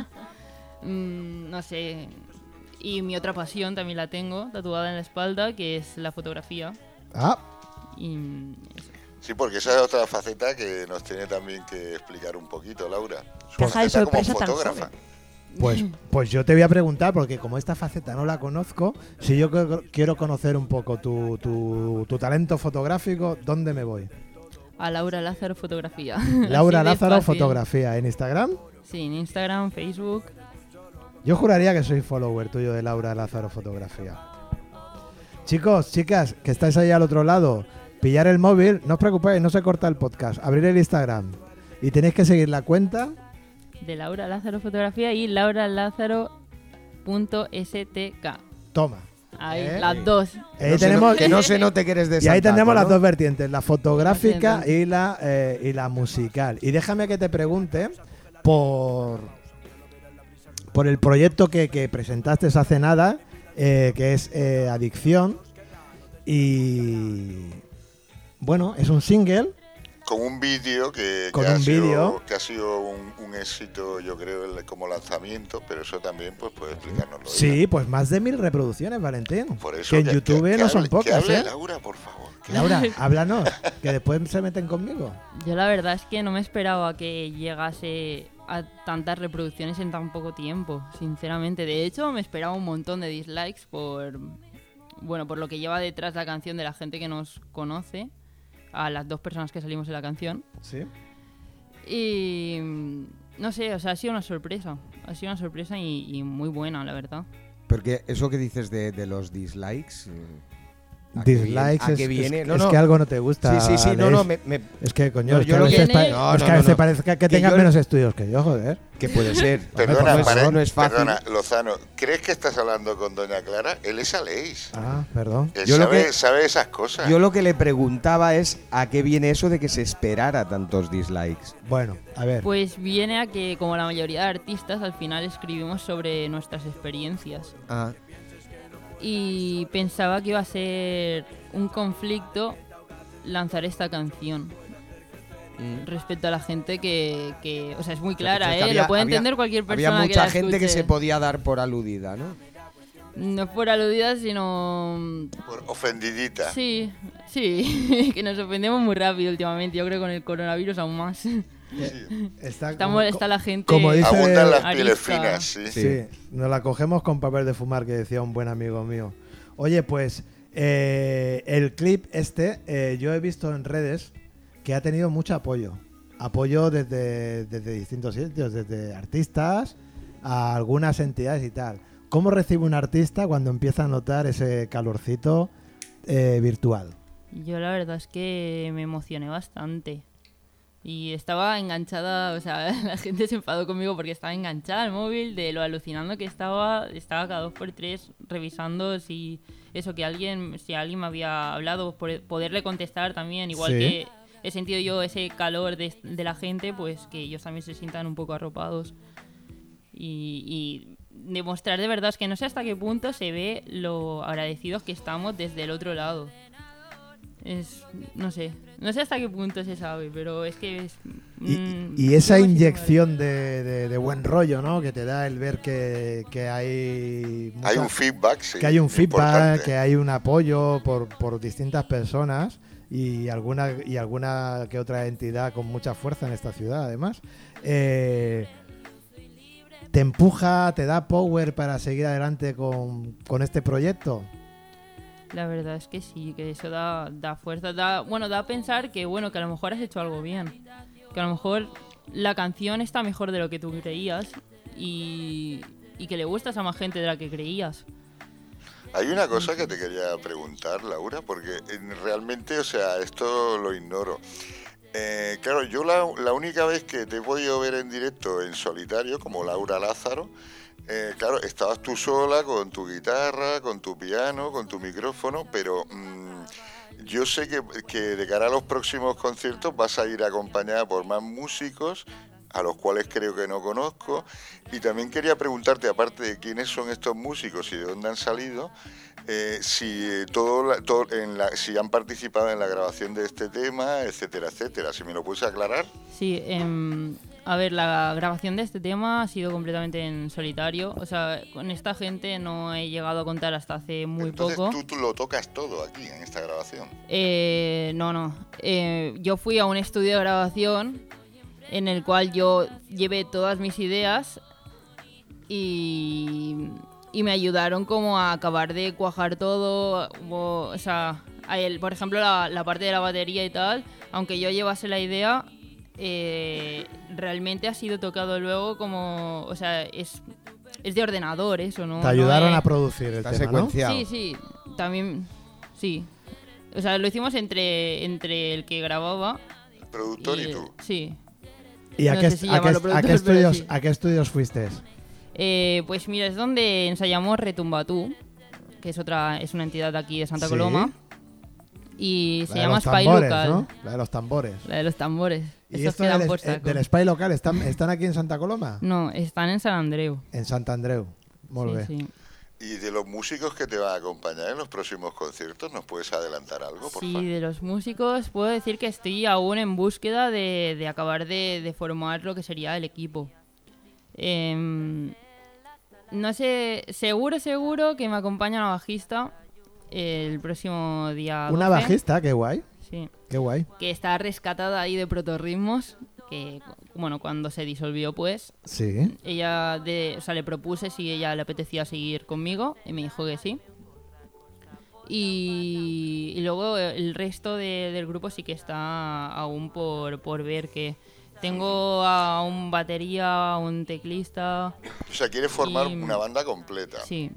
S1: Mm, no sé. Y mi otra pasión también la tengo tatuada en la espalda, que es la fotografía.
S2: Ah,
S1: Y mm, eso.
S4: Sí, porque esa es otra faceta que nos tiene también que explicar un poquito, Laura. Su
S5: Caja de
S4: faceta como
S5: sorpresa tan
S4: fotógrafa.
S5: joven.
S2: pues, pues yo te voy a preguntar, porque como esta faceta no la conozco, si yo co- quiero conocer un poco tu, tu- tu talento fotográfico, ¿dónde me voy?
S1: a Laura Lázaro Fotografía.
S2: Laura
S1: Así de
S2: Lázaro,
S1: fácil.
S2: fotografía en Instagram.
S1: Sí, en Instagram, Facebook.
S2: Yo juraría que soy follower tuyo de Laura Lázaro Fotografía. Chicos, chicas, que estáis ahí al otro lado, pillar el móvil, no os preocupéis, no se corta el podcast, abrir el Instagram y tenéis que seguir la cuenta.
S1: De Laura Lázaro Fotografía y Laura Lázaro.stk.
S2: Toma.
S1: Ahí,
S2: Eh.
S1: las dos.
S2: Ahí
S3: No se
S2: tenemos-
S3: no- que no se note que eres de
S2: Y ahí
S3: Santaco,
S2: tendremos las
S3: ¿no?
S2: dos vertientes, la fotográfica
S1: Lo
S2: y la, eh, y la musical. Y déjame que te pregunte por, por el proyecto que, que presentaste hace nada, eh, que es eh, Adicción. Y bueno, es un single.
S4: Con un vídeo que, que
S2: Con
S4: ha
S2: un
S4: sido,
S2: vídeo.
S4: que ha sido un, un éxito, yo creo, el- como lanzamiento, pero eso también pues puede explicárnoslo. ella.
S2: Sí, pues más de mil reproducciones, Valentín.
S4: Por eso
S2: que en YouTube
S4: que
S2: no son
S4: hable- Que
S2: pocas,
S4: hable
S2: ¿eh?
S4: Laura, por favor. que-
S2: Laura, háblanos, que después se meten conmigo.
S1: Yo la verdad es que no me esperaba que llegase a tantas reproducciones en tan poco tiempo, sinceramente. De hecho, me esperaba un montón de dislikes por bueno, por lo que lleva detrás la canción de la gente que nos conoce, a las dos personas que salimos en la canción.
S2: Sí.
S1: Y mm, no sé, o sea, ha sido una sorpresa. Ha sido una sorpresa y, y muy buena, la verdad.
S3: Porque eso que dices de, de los dislikes, eh, ¿A qué viene?
S2: Dislikes
S3: ¿A
S2: es,
S3: qué
S2: es-
S3: viene?
S2: es
S3: No, no.
S2: que algo no te gusta.
S3: Sí, sí, sí, no,
S2: Alex.
S3: no, me, me-
S2: Es que, coño,
S3: No,
S2: es que
S3: yo
S2: a
S3: lo que-
S2: veces, pa-
S3: No,
S2: es que
S3: no,
S2: a veces
S3: no.
S2: parezca que
S3: Que
S2: tengas
S3: yo-
S2: menos estudios que yo, joder.
S3: que puede ser.
S4: Perdona,
S3: no, es,
S4: pare-
S2: favor.
S3: no es fácil.
S4: perdona, Lozano, ¿crees que estás hablando con Doña Clara? Él es Aleix.
S2: Ah, perdón.
S4: Él
S3: Yo lo
S4: sabe,
S3: que-
S4: sabe esas cosas.
S3: Yo lo que le preguntaba es a qué viene eso de que se esperara tantos dislikes.
S2: Bueno, a ver.
S1: Pues viene a que, como la mayoría de artistas, al final escribimos sobre nuestras experiencias.
S3: Ah,
S1: Y pensaba que iba a ser un conflicto lanzar esta canción
S3: mm.
S1: respecto a la gente que, que- o sea, es muy
S3: O sea,
S1: clara,
S3: que
S1: ¿eh?
S3: había-
S1: lo puede
S3: había-
S1: entender cualquier persona
S3: Había
S1: que
S3: mucha
S1: la
S3: gente que se
S1: escuche.
S3: podía dar por aludida, ¿no?
S1: No por aludida, sino
S4: Por ofendidita.
S1: Sí, sí, que nos ofendemos muy rápido últimamente, yo creo con el coronavirus aún más.
S2: Está,
S1: Está,
S2: como-
S1: mol- está la gente...
S2: como dice-
S4: Abundan las
S1: Arista.
S4: pieles finas, sí.
S2: Sí, nos la cogemos con papel de fumar, que decía un buen amigo mío. Oye, pues eh, el clip este, eh, yo he visto en redes que ha tenido mucho apoyo. Apoyo desde, desde distintos sitios, desde artistas a algunas entidades y tal. ¿Cómo recibe un artista cuando empieza a notar ese calorcito eh, virtual?
S1: Yo la verdad es que me emocioné bastante. Y estaba enganchada, o sea, la gente se enfadó conmigo porque estaba enganchada al móvil, de lo alucinando que estaba, estaba cada dos por tres revisando si eso que alguien, si alguien me había hablado, por- e, poderle contestar también, igual
S2: Sí.
S1: que he sentido yo ese calor de, de la gente, pues que ellos también se sientan un poco arropados. Y, y demostrar de verdad es que no sé hasta qué punto se ve lo agradecidos que estamos desde el otro lado. Es, no sé, no sé hasta qué punto se sabe, pero es que es...
S2: Y,
S1: mm,
S2: y esa
S1: yo me siento
S2: inyección de, de- de buen rollo, ¿no? Que te da el ver que, que hay...
S4: Hay
S2: mucha-
S4: un feedback, sí.
S2: que hay un feedback,
S4: importante.
S2: que hay un apoyo por, por distintas personas y alguna y alguna que otra entidad con mucha fuerza en esta ciudad, además. Eh, ¿Te empuja, te da power para seguir adelante con, con este proyecto?
S1: ¿eh? La verdad es que sí, que eso da, da fuerza, da, bueno, da a pensar que bueno, que a lo mejor has hecho algo bien, que a lo mejor la canción está mejor de lo que tú creías y, y que le gustas a más gente de la que creías.
S4: Hay una cosa que te quería preguntar, Laura, porque eh, realmente, o sea, esto lo ignoro. Eh, claro, yo la, la única vez que te he podido ver en directo en solitario, como Laura Lázaro, eh, claro, estabas tú sola con tu guitarra, con tu piano, con tu micrófono, pero mm, yo sé que, que de cara a los próximos conciertos vas a ir acompañada por más músicos, a los cuales creo que no conozco, y también quería preguntarte, aparte de quiénes son estos músicos y de dónde han salido, eh, si, eh, todo la- todo en la- si han participado en la grabación de este tema, etcétera, etcétera. Si me lo puedes aclarar.
S1: Sí, em, a ver, la grabación de este tema ha sido completamente en solitario, o sea, con esta gente no he llegado a contar hasta hace muy
S4: Entonces
S1: poco.
S4: Tú, tú lo tocas todo aquí en esta grabación.
S1: Eh, no, no. Eh, yo fui a un estudio de grabación en el cual yo llevé todas mis ideas y, y me ayudaron como a acabar de cuajar todo. hubo- o sea, a él, por ejemplo, la, la parte de la batería y tal, aunque yo llevase la idea, eh, realmente ha sido tocado luego como... O sea, es, es de ordenador eso, ¿no?
S2: te ayudaron
S1: no eh. es-
S2: a producir el
S3: Está
S2: tema, ¿no?
S3: secuenciado.
S1: Sí, sí, también, sí. O sea, lo hicimos entre, entre el que grababa
S4: El productor y,
S1: el-
S4: tú.
S1: Sí.
S2: ¿Y a
S1: No
S2: qué,
S1: sé si
S2: a qué-
S1: llamarlo productor,
S2: a qué
S1: pero
S2: estudios,
S1: sí.
S2: a qué estudios fuiste?
S1: Eh, pues mira, es donde ensayamos Retumbatú, que es otra es una entidad de aquí de Santa
S2: Sí.
S1: Coloma. Y se
S2: La de
S1: llama
S2: los
S1: Spy
S2: tambores,
S1: Local,
S2: ¿no? La de los tambores.
S1: la de los tambores.
S2: ¿Y
S1: Esos
S2: esto
S1: que dan
S2: del,
S1: por
S2: es- eh,
S1: saco.
S2: del Spy local están, están aquí en Santa Coloma?
S1: No, están en San Andreu.
S2: En Sant Andreu. Molt
S1: Sí,
S2: bé.
S1: sí.
S4: Y de los músicos que te van a acompañar en los próximos conciertos, ¿nos puedes adelantar algo, Oh, por
S1: Sí,
S4: favor?
S1: de los músicos puedo decir que estoy aún en búsqueda de, de acabar de, de formar lo que sería el equipo. Em, no sé, seguro, seguro que me acompaña una bajista el próximo día.
S2: Una
S1: 12,
S2: bajista, qué guay,
S1: Sí,
S2: qué guay.
S1: que está rescatada ahí de protorritmos, que bueno, cuando se disolvió pues,
S2: Sí.
S1: ella de, o sea, le propuse si ella le apetecía seguir conmigo y me dijo que sí. Y, y luego el resto de- del grupo sí que está aún por, por ver que tengo a un batería, a un teclista.
S4: O sea, quieres formar
S1: Y-
S4: una banda completa.
S1: Sí,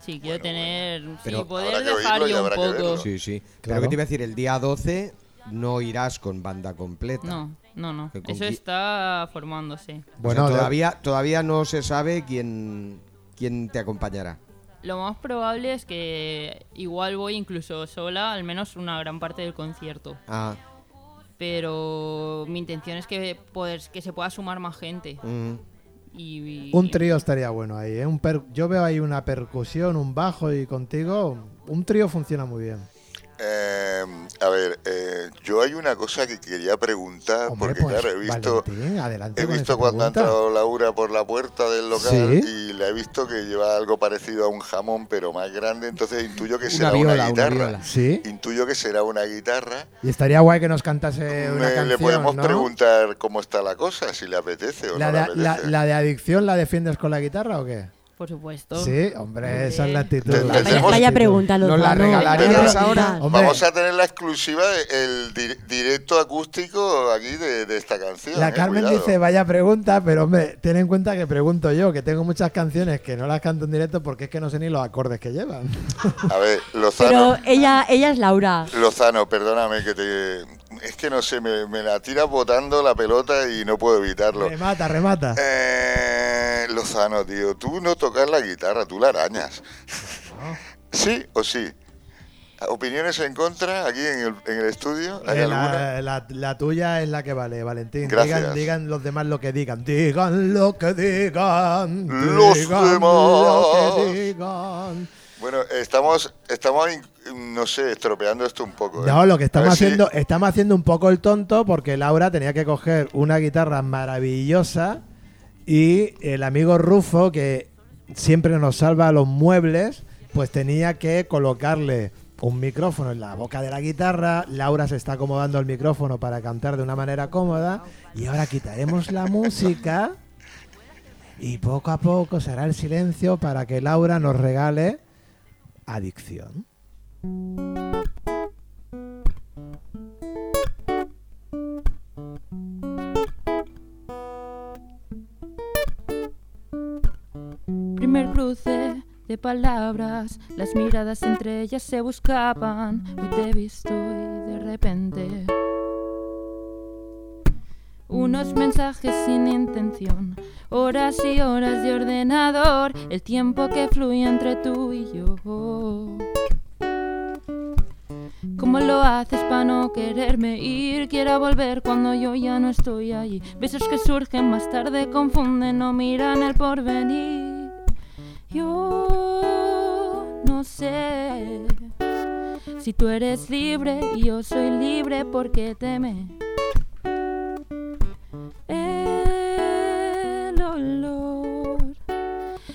S1: Sí, quiero tener. sí,
S3: Pero
S1: poder
S4: habrá que
S1: dejar
S4: oírlo y
S1: yo un
S4: habrá que
S1: poco.
S4: verlo.
S3: Sí, sí. Pero
S2: Claro.
S3: que te iba a decir, el día 12 no irás con banda completa.
S1: No, no, no.
S3: Que con
S1: Eso
S3: qui-
S1: está formándose.
S2: Bueno,
S3: Bueno,
S2: de-
S3: todavía, todavía no se sabe quién, quién te acompañará.
S1: Lo más probable es que igual voy incluso sola, al menos una gran parte del concierto.
S3: Ah,
S1: Pero mi intención es que, poder, que se pueda sumar más gente.
S3: mm.
S1: Y, y-
S2: Un trío estaría bueno ahí, ¿eh? Un per- yo veo ahí una percusión, un bajo y contigo. Un trío funciona muy bien.
S4: Eh, a ver, eh, yo hay una cosa que quería preguntar,
S2: Hombre,
S4: Ah, porque
S2: pues,
S4: claro, he visto,
S2: Valentín, adelante
S4: he
S2: con
S4: visto
S2: esa
S4: cuando ha
S2: pregunta.
S4: entrado Laura por la puerta del local
S2: Sí.
S4: y la he visto que lleva algo parecido a un jamón, pero más grande, entonces intuyo que
S3: Una
S4: será
S3: viola, una
S4: una guitarra.
S3: viola.
S2: Sí,
S4: Intuyo que será una guitarra.
S2: y estaría guay que nos cantase Eh, una
S4: Me-
S2: canción,
S4: le podemos
S2: ¿no?
S4: preguntar cómo está la cosa, si le apetece o
S2: ¿La,
S4: no le
S2: de, la-
S4: apetece.
S2: la de adicción la defiendes con la guitarra o qué?
S1: Por supuesto.
S2: Sí, hombre, esa es la actitud.
S4: Te-
S2: Esa
S4: te-
S2: es
S5: Vaya,
S4: Tenemos-
S5: vaya
S2: actitud.
S5: pregunta,
S3: ¿Nos la
S5: Lozano,
S3: regalarías
S5: vaya
S3: ahora?
S5: pregunta.
S2: Hombre,
S4: Vamos a tener la exclusiva del directo acústico aquí de, de esta canción.
S2: la
S4: eh,
S2: Carmen
S4: cuidado.
S2: dice, vaya pregunta, pero hombre, ten en cuenta que pregunto yo, que tengo muchas canciones que no las canto en directo porque es que no sé ni los acordes que llevan.
S4: A ver, Lozano,
S5: Pero ella, ella es Laura.
S4: Lozano, perdóname que te... Es que no sé, me, me la tira botando la pelota y no puedo evitarlo.
S2: remata, remata.
S4: Eh, Lozano, tío, tú no tocas la guitarra, tú la arañas. ¿Sí o sí? ¿Opiniones en contra aquí en el, en el estudio? ¿Hay
S2: Eh,
S4: alguna?
S2: la, la- la tuya es la que vale, Valentín.
S4: Gracias.
S2: Digan, digan los demás lo que digan. Digan lo que digan.
S4: Los
S2: digan Lo que
S4: demás.
S2: digan.
S4: Bueno, estamos, estamos, in- no sé, estropeando esto un poco. ¿eh?
S2: No, lo que
S4: A
S2: estamos
S4: ver si-
S2: haciendo, estamos haciendo un poco el tonto porque Laura tenía que coger una guitarra maravillosa y el amigo Rufo, que siempre nos salva los muebles, pues tenía que colocarle un micrófono en la boca de la guitarra. Laura se está acomodando el micrófono para cantar de una manera cómoda. Y ahora quitaremos la música y poco a poco será el silencio para que Laura nos regale adicción.
S6: Primer cruce de palabras, las miradas entre ellas se buscaban. Hoy te he visto y de repente. Unos mensajes sin intención, horas y horas de ordenador, el tiempo que fluye entre tú y yo. ¿Cómo lo haces para no quererme ir? Quiero volver cuando yo ya no estoy allí. Besos que surgen más tarde confunden, no miran el porvenir. Yo no sé si tú eres libre y yo soy libre porque teme el olor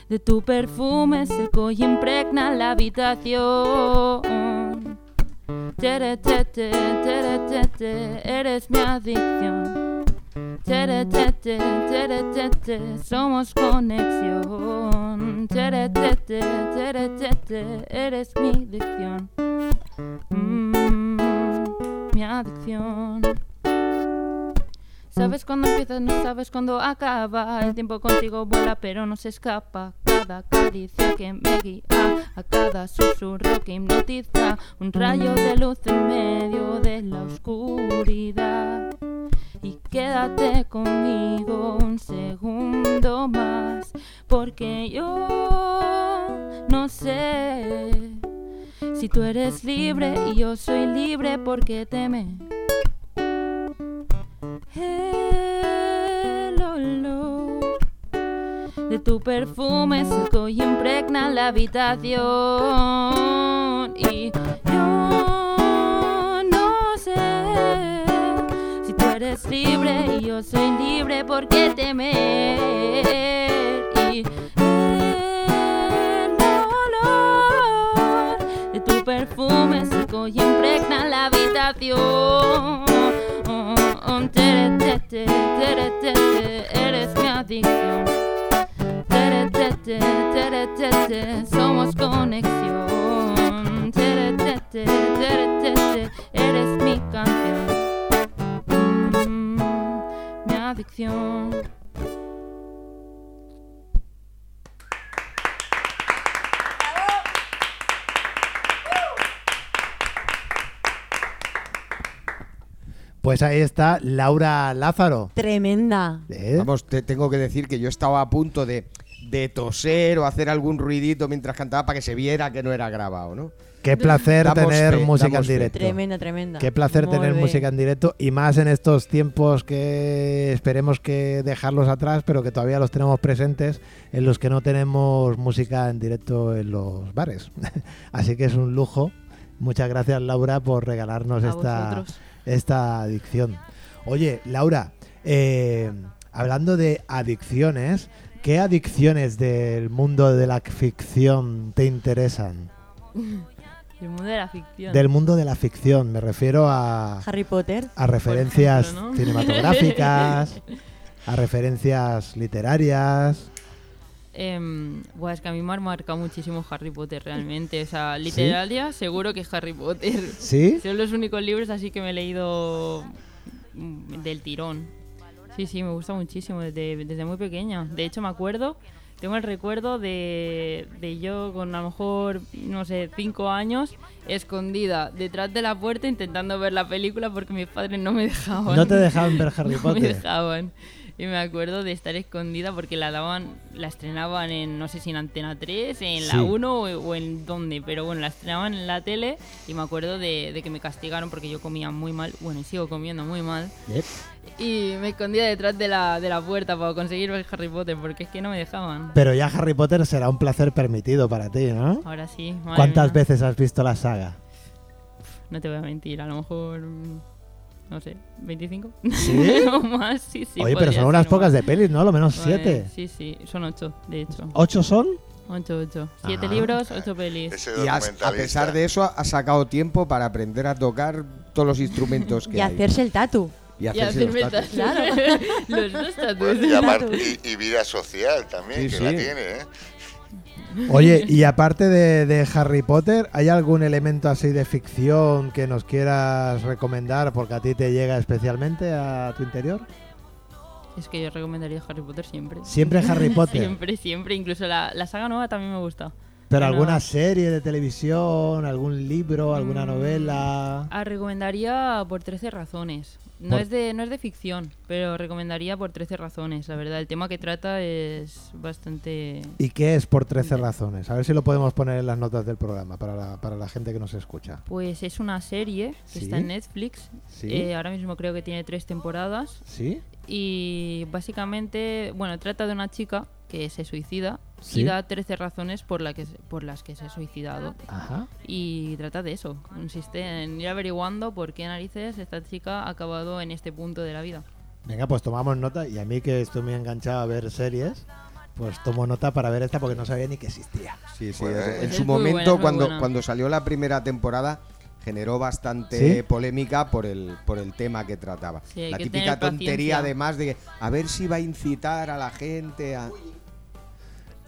S6: de tu perfume seco y impregna la habitación. Tere, te, te, tere, te, te, eres mi adicción. Tere, te, te, tere, te, te, somos conexión. Tere, te, te, tere, te, te, eres mi adicción. Mm, mi adicción. Sabes cuándo empiezas, no sabes cuándo acaba. El tiempo contigo vuela, pero no se escapa. Cada caricia que me guía, a cada susurro que hipnotiza, un rayo de luz en medio de la oscuridad. Y quédate conmigo un segundo más, porque yo no sé si tú eres libre y yo soy libre porque teme el olor de tu perfume seco y impregna la habitación y yo no sé si tú eres libre y yo soy libre porque temer y el olor de tu perfume seco y impregna la habitación. Tere, te, te, tere, te, te, eres mi adicción. Tere, te, te, tere, te, te, somos conexión. Tere, te, te, tere, te, te, eres mi canción. Mm, mi adicción.
S2: Pues Pues ahí está Laura Lázaro.
S5: Tremenda.
S2: ¿Eh?
S3: Vamos, te tengo que decir que yo estaba a punto de, de toser o hacer algún ruidito mientras cantaba para que se viera que no era grabado, ¿no?
S2: Qué placer
S3: Damos
S2: tener
S3: fe,
S2: música en
S3: damos fe.
S2: directo.
S5: Tremenda, tremenda.
S2: Qué placer
S1: Muy
S2: tener
S1: bien.
S2: música en directo y más en estos tiempos que esperemos que dejarlos atrás, pero que todavía los tenemos presentes, en los que no tenemos música en directo en los bares. Así que es un lujo. Muchas gracias Laura por regalarnos
S1: A
S2: esta,
S1: vosotros.
S2: esta adicción. Oye, Laura, eh, hablando de adicciones, ¿qué adicciones del mundo de la ficción te interesan?
S1: El mundo de la ficción.
S2: Del mundo de la ficción, me refiero a
S5: Harry Potter.
S2: a referencias
S1: ejemplo, ¿no?
S2: cinematográficas, a referencias literarias.
S1: Em, buah, es que a mí me ha marcado muchísimo Harry Potter realmente. O sea, literaria seguro que es Harry Potter.
S2: ¿Sí?
S1: Son los únicos libros así que me he leído mm, del tirón. Sí, sí, me gusta muchísimo desde, desde muy pequeña. De hecho, me acuerdo, tengo el recuerdo de, de yo con a lo mejor, no sé, cinco años, escondida detrás de la puerta intentando ver la película porque mis padres no me dejaban.
S2: No te dejaban ver Harry
S1: No me
S2: Potter.
S1: dejaban. Y me acuerdo de estar escondida porque la daban, la estrenaban en, no sé si en Antena 3, en
S2: Sí.
S1: la 1 o, o en dónde, pero bueno, la estrenaban en la tele y me acuerdo de, de que me castigaron porque yo comía muy mal, bueno, y sigo comiendo muy mal.
S2: Yep.
S1: Y me escondía detrás de la, de la puerta para conseguir ver Harry Potter porque es que no me dejaban.
S2: Pero ya Harry Potter será un placer permitido para ti, ¿no?
S1: Ahora sí. madre
S2: ¿Cuántas
S1: mía.
S2: veces has visto la saga?
S1: No te voy a mentir, a lo mejor, mm, no sé, 25.
S2: ¿Sí?
S1: o más, sí, sí.
S2: Oye, pero
S1: podría
S2: son unas
S1: ser o
S2: pocas
S1: más.
S2: de pelis, ¿no? Lo menos
S1: Vale,
S2: siete.
S1: Sí, sí, son 8, de hecho.
S2: ¿Ocho son?
S1: 8, 8. 7
S2: Ajá.
S1: libros, 8 pelis.
S4: Ese
S3: Y has- a
S4: este documentalista.
S3: pesar de eso, ha sacado tiempo para aprender a tocar todos los instrumentos que
S5: Y
S3: hay.
S5: hacerse el tatu.
S3: Y
S1: Y
S3: hacerse los
S1: hacerme
S3: tatuajes.
S1: tatu- Los dos
S4: Bueno,
S1: tatuajes.
S4: y, aparte- y- y vida social también,
S3: Sí,
S4: que la
S3: sí.
S4: tiene, ¿eh?
S2: Oye, y aparte de, de Harry Potter, ¿hay algún elemento así de ficción que nos quieras recomendar porque a ti te llega especialmente a tu interior?
S1: Es que yo recomendaría Harry Potter siempre.
S2: Siempre Harry Potter.
S1: Siempre, siempre. Incluso la, la saga nueva también me gusta.
S2: Pero
S1: Bueno.
S2: alguna serie de televisión, algún libro, alguna
S1: Mm.
S2: novela.
S1: Ah, recomendaría por 13 razones. No,
S2: Por-
S1: es de, no es de ficción, pero recomendaría por 13 razones. La verdad, el tema que trata es bastante...
S2: ¿Y qué es por 13 razones? A ver si lo podemos poner en las notas del programa para la, para la gente que nos escucha.
S1: Pues es una serie que
S2: Sí.
S1: está en Netflix.
S2: Sí.
S1: Eh, ahora mismo creo que tiene tres temporadas.
S2: ¿Sí?
S1: Y básicamente, bueno, trata de una chica que se suicida
S2: Sí.
S1: y da 13 razones por, la que, se- por las que se ha suicidado.
S2: Ajá.
S1: Y trata de eso, consiste en ir averiguando por qué narices esta chica ha acabado en este punto de la vida.
S2: Venga, pues tomamos nota. Y a mí que estoy muy enganchado a ver series, pues tomo nota para ver esta porque no sabía ni que existía.
S3: Sí, sí,
S4: Bueno,
S3: en-
S4: eh.
S3: en
S1: Es
S3: su
S1: muy buena,
S3: momento,
S1: es muy
S3: cuando,
S1: buena.
S3: cuando salió la primera temporada, generó bastante
S2: ¿Sí?
S3: polémica por el, por el tema que trataba.
S1: Sí, hay
S3: la
S1: que tener
S3: típica tontería,
S1: paciencia.
S3: además, de que a ver si va a incitar a la gente a.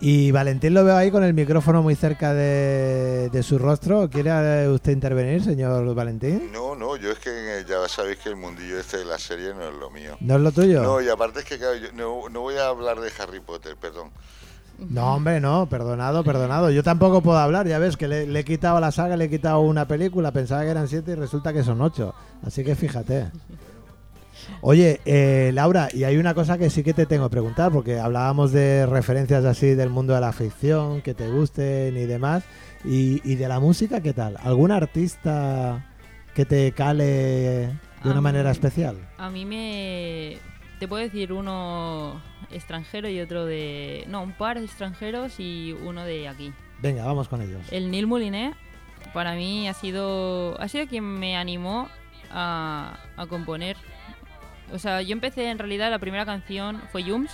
S2: Y Valentín lo veo ahí con el micrófono muy cerca de, de su rostro. ¿Quiere eh, usted intervenir, señor Valentín?
S4: No, no, yo es que eh, ya sabéis que el mundillo este de la serie no es lo mío.
S2: ¿No es lo tuyo?
S4: No, y aparte es que claro, yo no, no voy a hablar de Harry Potter, perdón.
S2: No, hombre, no, perdonado, perdonado. Yo tampoco puedo hablar, ya ves que le, le he quitado a la saga, le he quitado una película, pensaba que eran siete y resulta que son ocho. Así que fíjate. Oye, eh, Laura, y hay una cosa que sí que te tengo que preguntar, porque hablábamos de referencias así del mundo de la ficción, que te gusten y demás. Y, y de la música, ¿qué tal? ¿Algún artista que te cale de una
S1: Am-
S2: manera especial?
S1: A mí me... Te puedo decir uno extranjero y otro de... No, un par de extranjeros y uno de aquí.
S2: Venga, vamos con ellos.
S1: El Neil Mouliné para mí ha sido ha sido quien me animó a, a componer. O sea, yo empecé en realidad la primera canción fue Yums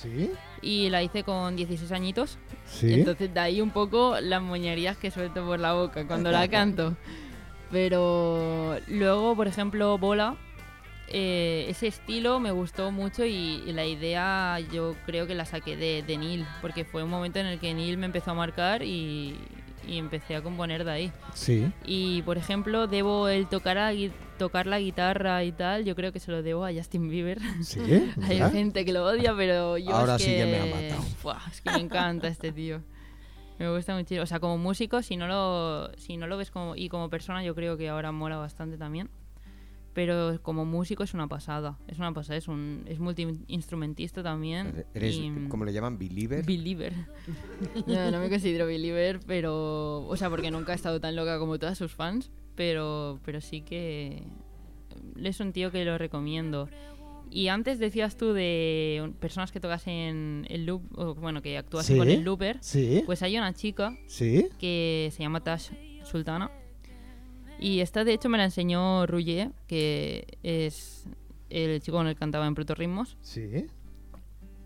S2: ¿Sí?
S1: y la hice con 16 añitos.
S2: ¿Sí?
S1: Entonces de ahí un poco las moñerías que suelto por la boca cuando la canto. Pero luego, por ejemplo, Bola, eh, ese estilo me gustó mucho y, y la idea yo creo que la saqué de, de Neil, porque fue un momento en el que Neil me empezó a marcar y, y empecé a componer de ahí.
S2: Sí.
S1: Y por ejemplo, debo el tocar, a gui- tocar la guitarra y tal, yo creo que se lo debo a Justin Bieber.
S2: ¿Sí?
S1: Hay
S2: mira.
S1: gente que lo odia, pero yo
S3: Ahora
S1: es
S3: sí
S1: que...
S3: que me ha matado.
S1: Buah, es que me encanta este tío. Me gusta muchísimo. O sea, como músico, si no lo, si no lo ves como, y como persona, yo creo que ahora mola bastante también. pero como músico es una pasada. Es una pasada, es un es multiinstrumentista también.
S3: Eres,
S1: y-
S3: ¿cómo le llaman? ¿Believer?
S1: Believer. No, no me considero believer, pero. O sea, porque nunca he estado tan loca como todas sus fans, pero, pero sí que. Es un tío que lo recomiendo. Y antes decías tú de un- personas que tocas en el loop, o bueno, que actúas
S2: Sí,
S1: con el looper.
S2: sí.
S1: Pues hay una chica
S2: Sí.
S1: que se llama Tash Sultana. Y esta, de hecho, me la enseñó Ruye, que es el chico con el que cantaba en Proto Ritmos.
S2: Sí.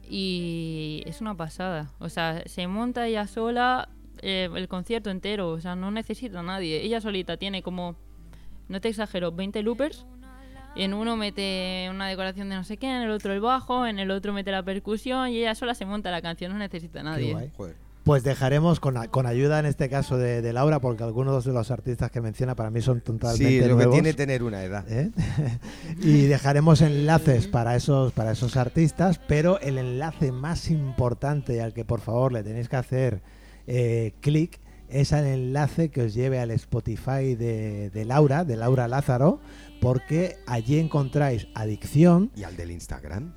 S1: Y es una pasada. O sea, se monta ella sola eh, el concierto entero. O sea, no necesita a nadie. Ella solita tiene como, no te exagero, 20 loopers. En uno mete una decoración de no sé qué, en el otro el bajo, en el otro mete la percusión y ella sola se monta la canción, no necesita a nadie.
S2: guay.
S3: Joder.
S2: Pues dejaremos con, con ayuda en este caso de, de Laura, porque algunos de los artistas que menciona para mí son totalmente
S3: Sí, lo que
S2: nuevos.
S3: tiene tener una edad.
S2: ¿eh? y dejaremos enlaces para esos, para esos artistas, pero el enlace más importante y al que por favor le tenéis que hacer eh, clic es al enlace que os lleve al Spotify de, de Laura, de Laura Lázaro, porque allí encontráis adicción.
S3: ¿Y al del Instagram?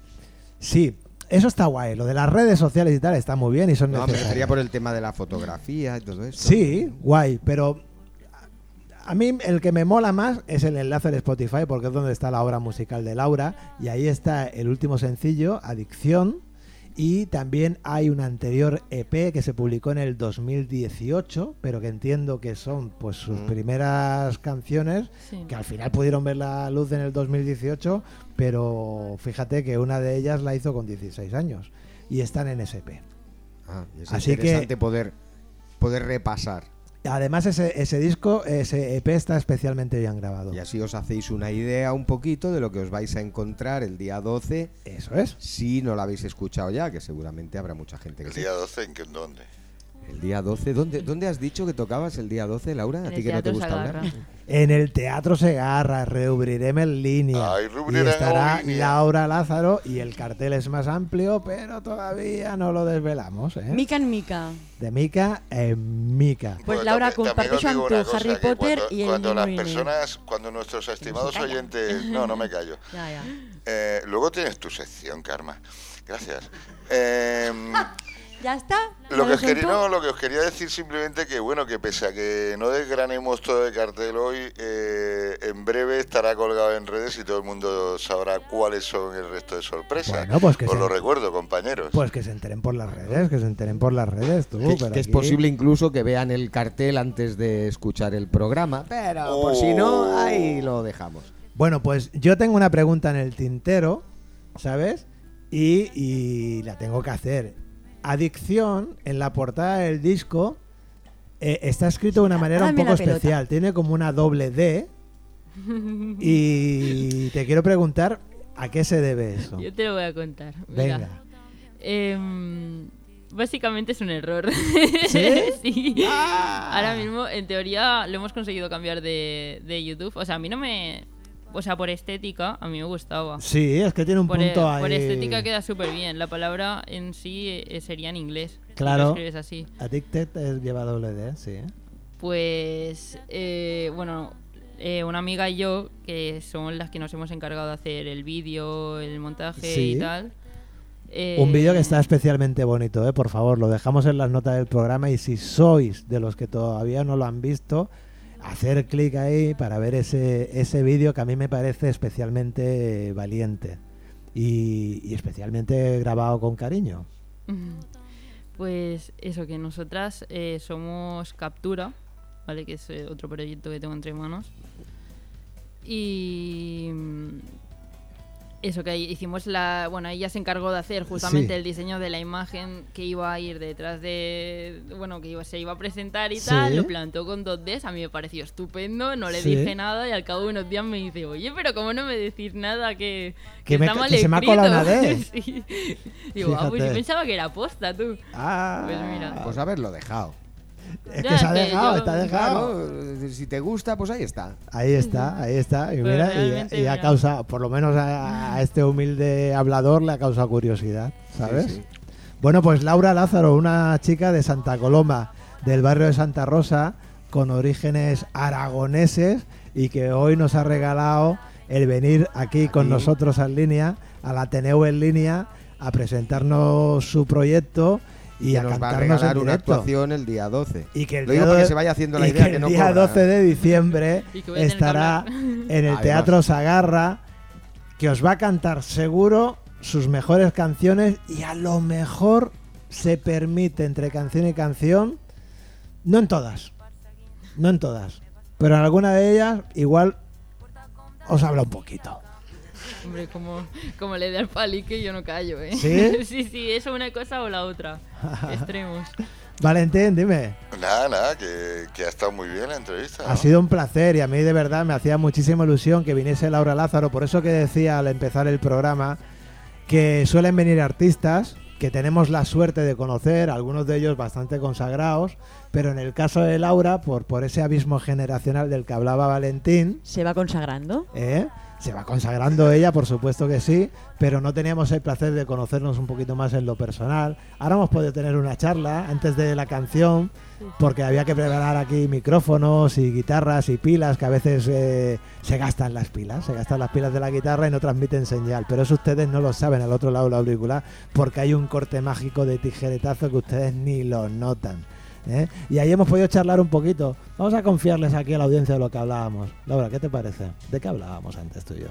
S2: Sí, eso está guay, lo de las redes sociales y tal está muy bien y son
S3: No, me
S2: necesarias.
S3: refería por el tema de la fotografía y todo eso.
S2: Sí, guay, pero a mí el que me mola más es el enlace de Spotify porque es donde está la obra musical de Laura y ahí está el último sencillo, Adicción, y también hay un anterior EP que se publicó en el 2018, pero que entiendo que son pues sus
S3: Mm.
S2: primeras canciones
S1: Sí.
S2: que al final pudieron ver la luz en el 2018, pero fíjate que una de ellas la hizo con 16 años y están en E SP.
S3: Ah, y es
S2: Así que-
S3: interesante poder, poder repasar.
S2: Además, ese, ese disco, ese EP está especialmente bien grabado.
S3: Y así os hacéis una idea un poquito de lo que os vais a encontrar el día 12,
S2: Eso es.
S3: si no lo habéis escuchado ya, que seguramente habrá mucha gente que
S4: El
S3: sí.
S4: día 12, ¿en qué, dónde?
S3: El día 12, ¿dónde, ¿dónde has dicho que tocabas el día 12, Laura? ¿A
S1: En
S3: ti
S1: el
S3: que no te
S1: Teatro
S3: gusta
S1: Sagarra.
S3: hablar?
S2: En el Teatro Segarra, reubriremos en línea.
S4: Ay,
S2: y
S4: reubriremos
S2: estará
S4: en línea.
S2: Laura Lázaro y el cartel es más amplio, pero todavía no lo desvelamos. ¿eh?
S5: Mica en mica.
S2: De mica en mica.
S5: Pues
S4: Bueno,
S5: Laura,
S4: también- también os
S5: compartís
S4: digo
S5: ante
S4: una cosa,
S5: Harry
S4: que
S5: Potter
S4: cuando,
S5: y el
S4: Cuando las
S5: Niño Irene.
S4: personas, cuando nuestros estimados
S5: calla.
S4: oyentes... No, no me callo.
S5: Ya, ya.
S4: Eh, luego tienes tu sección, Karma. Gracias. Eh,
S5: ¿Ya está? ¿Ya
S4: Lo que, os
S5: soltó?
S4: quería, no, lo que os quería decir simplemente que, bueno, que pese a que no desgranemos todo el cartel hoy, eh, en breve estará colgado en redes y todo el mundo sabrá cuáles son el resto de sorpresas.
S2: Bueno, pues que
S4: os
S2: se-
S4: lo recuerdo, compañeros.
S2: Pues que se enteren por las redes, que se enteren por las redes. Tú,
S3: Que,
S2: pero
S3: que es
S2: aquí-
S3: posible incluso que vean el cartel antes de escuchar el programa, pero por si no, ahí lo dejamos.
S2: Bueno, pues yo tengo una pregunta en el tintero, ¿sabes? Y, y la tengo que hacer. Adicción, en la portada del disco, eh, está escrito de una manera un
S5: Dame
S2: poco
S5: la pelota.
S2: especial. Tiene como una doble D. Y te quiero preguntar a qué se debe eso.
S1: Yo te lo voy a contar. Mira.
S2: Venga.
S1: Em, básicamente es un error.
S2: ¿Sí? Ah.
S1: Sí. Ahora mismo, en teoría, lo hemos conseguido cambiar de, de YouTube. O sea, a mí no me. O sea, por estética, a mí me gustaba.
S2: Sí, es que tiene un
S1: Por, e,
S2: punto
S1: por
S2: ahí.
S1: estética queda súper bien. La palabra en sí eh, sería en inglés. si lo
S2: Claro.
S1: escribes así.
S2: Addicted eh, lleva doble D, sí. ¿eh?
S1: Pues, eh, bueno, eh, una amiga y yo, que son las que nos hemos encargado de hacer el vídeo, el montaje
S2: Sí.
S1: y tal. eh,
S2: Un vídeo que está especialmente bonito, ¿eh? por favor, lo dejamos en las notas del programa y si sois de los que todavía no lo han visto, hacer clic ahí para ver ese, ese vídeo que a mí me parece especialmente eh, valiente y, y especialmente grabado con cariño.
S1: Pues eso, que nosotras eh, somos Captura, ¿vale? Que es eh, otro proyecto que tengo entre manos. Y. mm, Eso que hicimos la. Bueno, ella se encargó de hacer justamente
S2: Sí.
S1: el diseño de la imagen que iba a ir detrás de. Bueno, que iba- se iba a presentar y
S2: Sí.
S1: tal. Lo plantó con dos Ds. A mí me pareció estupendo. No le
S2: Sí.
S1: dije nada. Y al cabo de unos días me dice, oye, pero ¿cómo no me decís nada? Que,
S2: Que me-
S1: está mal
S2: que se me ha colado una
S1: escrito".
S2: D.
S1: Sí. Digo, ah, pues yo
S2: Fíjate.
S1: pensaba que era posta, tú.
S2: Ah,
S1: Pues mira.
S3: Pues haberlo dejado.
S2: es que
S1: Ya,
S2: se ha
S1: es que
S2: dejado,
S1: yo-
S2: está dejado.
S3: Claro, si te gusta, pues ahí está.
S2: Ahí está, ahí está. Y
S1: Pues
S2: mira, y-
S1: realmente,
S2: y, ha
S1: mira.
S2: causado, por lo menos a, a este humilde hablador le ha causado curiosidad, ¿sabes?
S3: Sí, sí.
S2: Bueno, pues Laura Lázaro, una chica de Santa Coloma, del barrio de Santa Rosa, con orígenes aragoneses y que hoy nos ha regalado el venir aquí con
S3: Aquí.
S2: nosotros en línea, al Ateneo en línea, a presentarnos su proyecto y
S3: que
S2: a
S3: nos va a
S2: cantarnos en
S3: regalar una
S2: directo.
S3: actuación el día 12.
S2: Y que el
S3: Lo digo
S2: día
S3: para que
S2: do-
S3: se vaya haciendo la
S2: y
S3: idea
S2: que
S3: que
S2: el
S3: no ¿eh?
S2: día
S3: cobra.
S2: 12 de diciembre
S1: Y que voy a tener que
S2: estará
S1: hablar.
S2: en el
S3: Además.
S2: Teatro Sagarra, que os va a cantar seguro sus mejores canciones y a lo mejor se permite entre canción y canción, no en todas, no en todas, pero en alguna de ellas igual os habla un poquito.
S1: Hombre, como, como le dé al palique, yo no callo, ¿eh?
S2: ¿Sí?
S1: sí, sí, eso una cosa o la otra. Extremos.
S2: Valentín, dime.
S4: Nada, nada, que, que ha estado muy bien la entrevista.
S2: Ha
S4: ¿no?
S2: sido un placer y a mí de verdad me hacía muchísima ilusión que viniese Laura Lázaro, por eso que decía al empezar el programa que suelen venir artistas que tenemos la suerte de conocer, algunos de ellos bastante consagrados, pero en el caso de Laura, por, por ese abismo generacional del que hablaba Valentín,
S5: ¿Se va consagrando?
S2: ¿eh? se va consagrando ella, por supuesto que sí, pero no teníamos el placer de conocernos un poquito más en lo personal. Ahora hemos podido tener una charla antes de la canción, porque había que preparar aquí micrófonos y guitarras y pilas, que a veces eh, se gastan las pilas, se gastan las pilas de la guitarra y no transmiten señal. Pero eso ustedes no lo saben al otro lado del auricular, porque hay un corte mágico de tijeretazo que ustedes ni lo notan. ¿eh? Y ahí hemos podido charlar un poquito. Vamos a confiarles aquí a la audiencia de lo que hablábamos. Laura, ¿qué te parece? ¿De qué hablábamos antes tú y yo?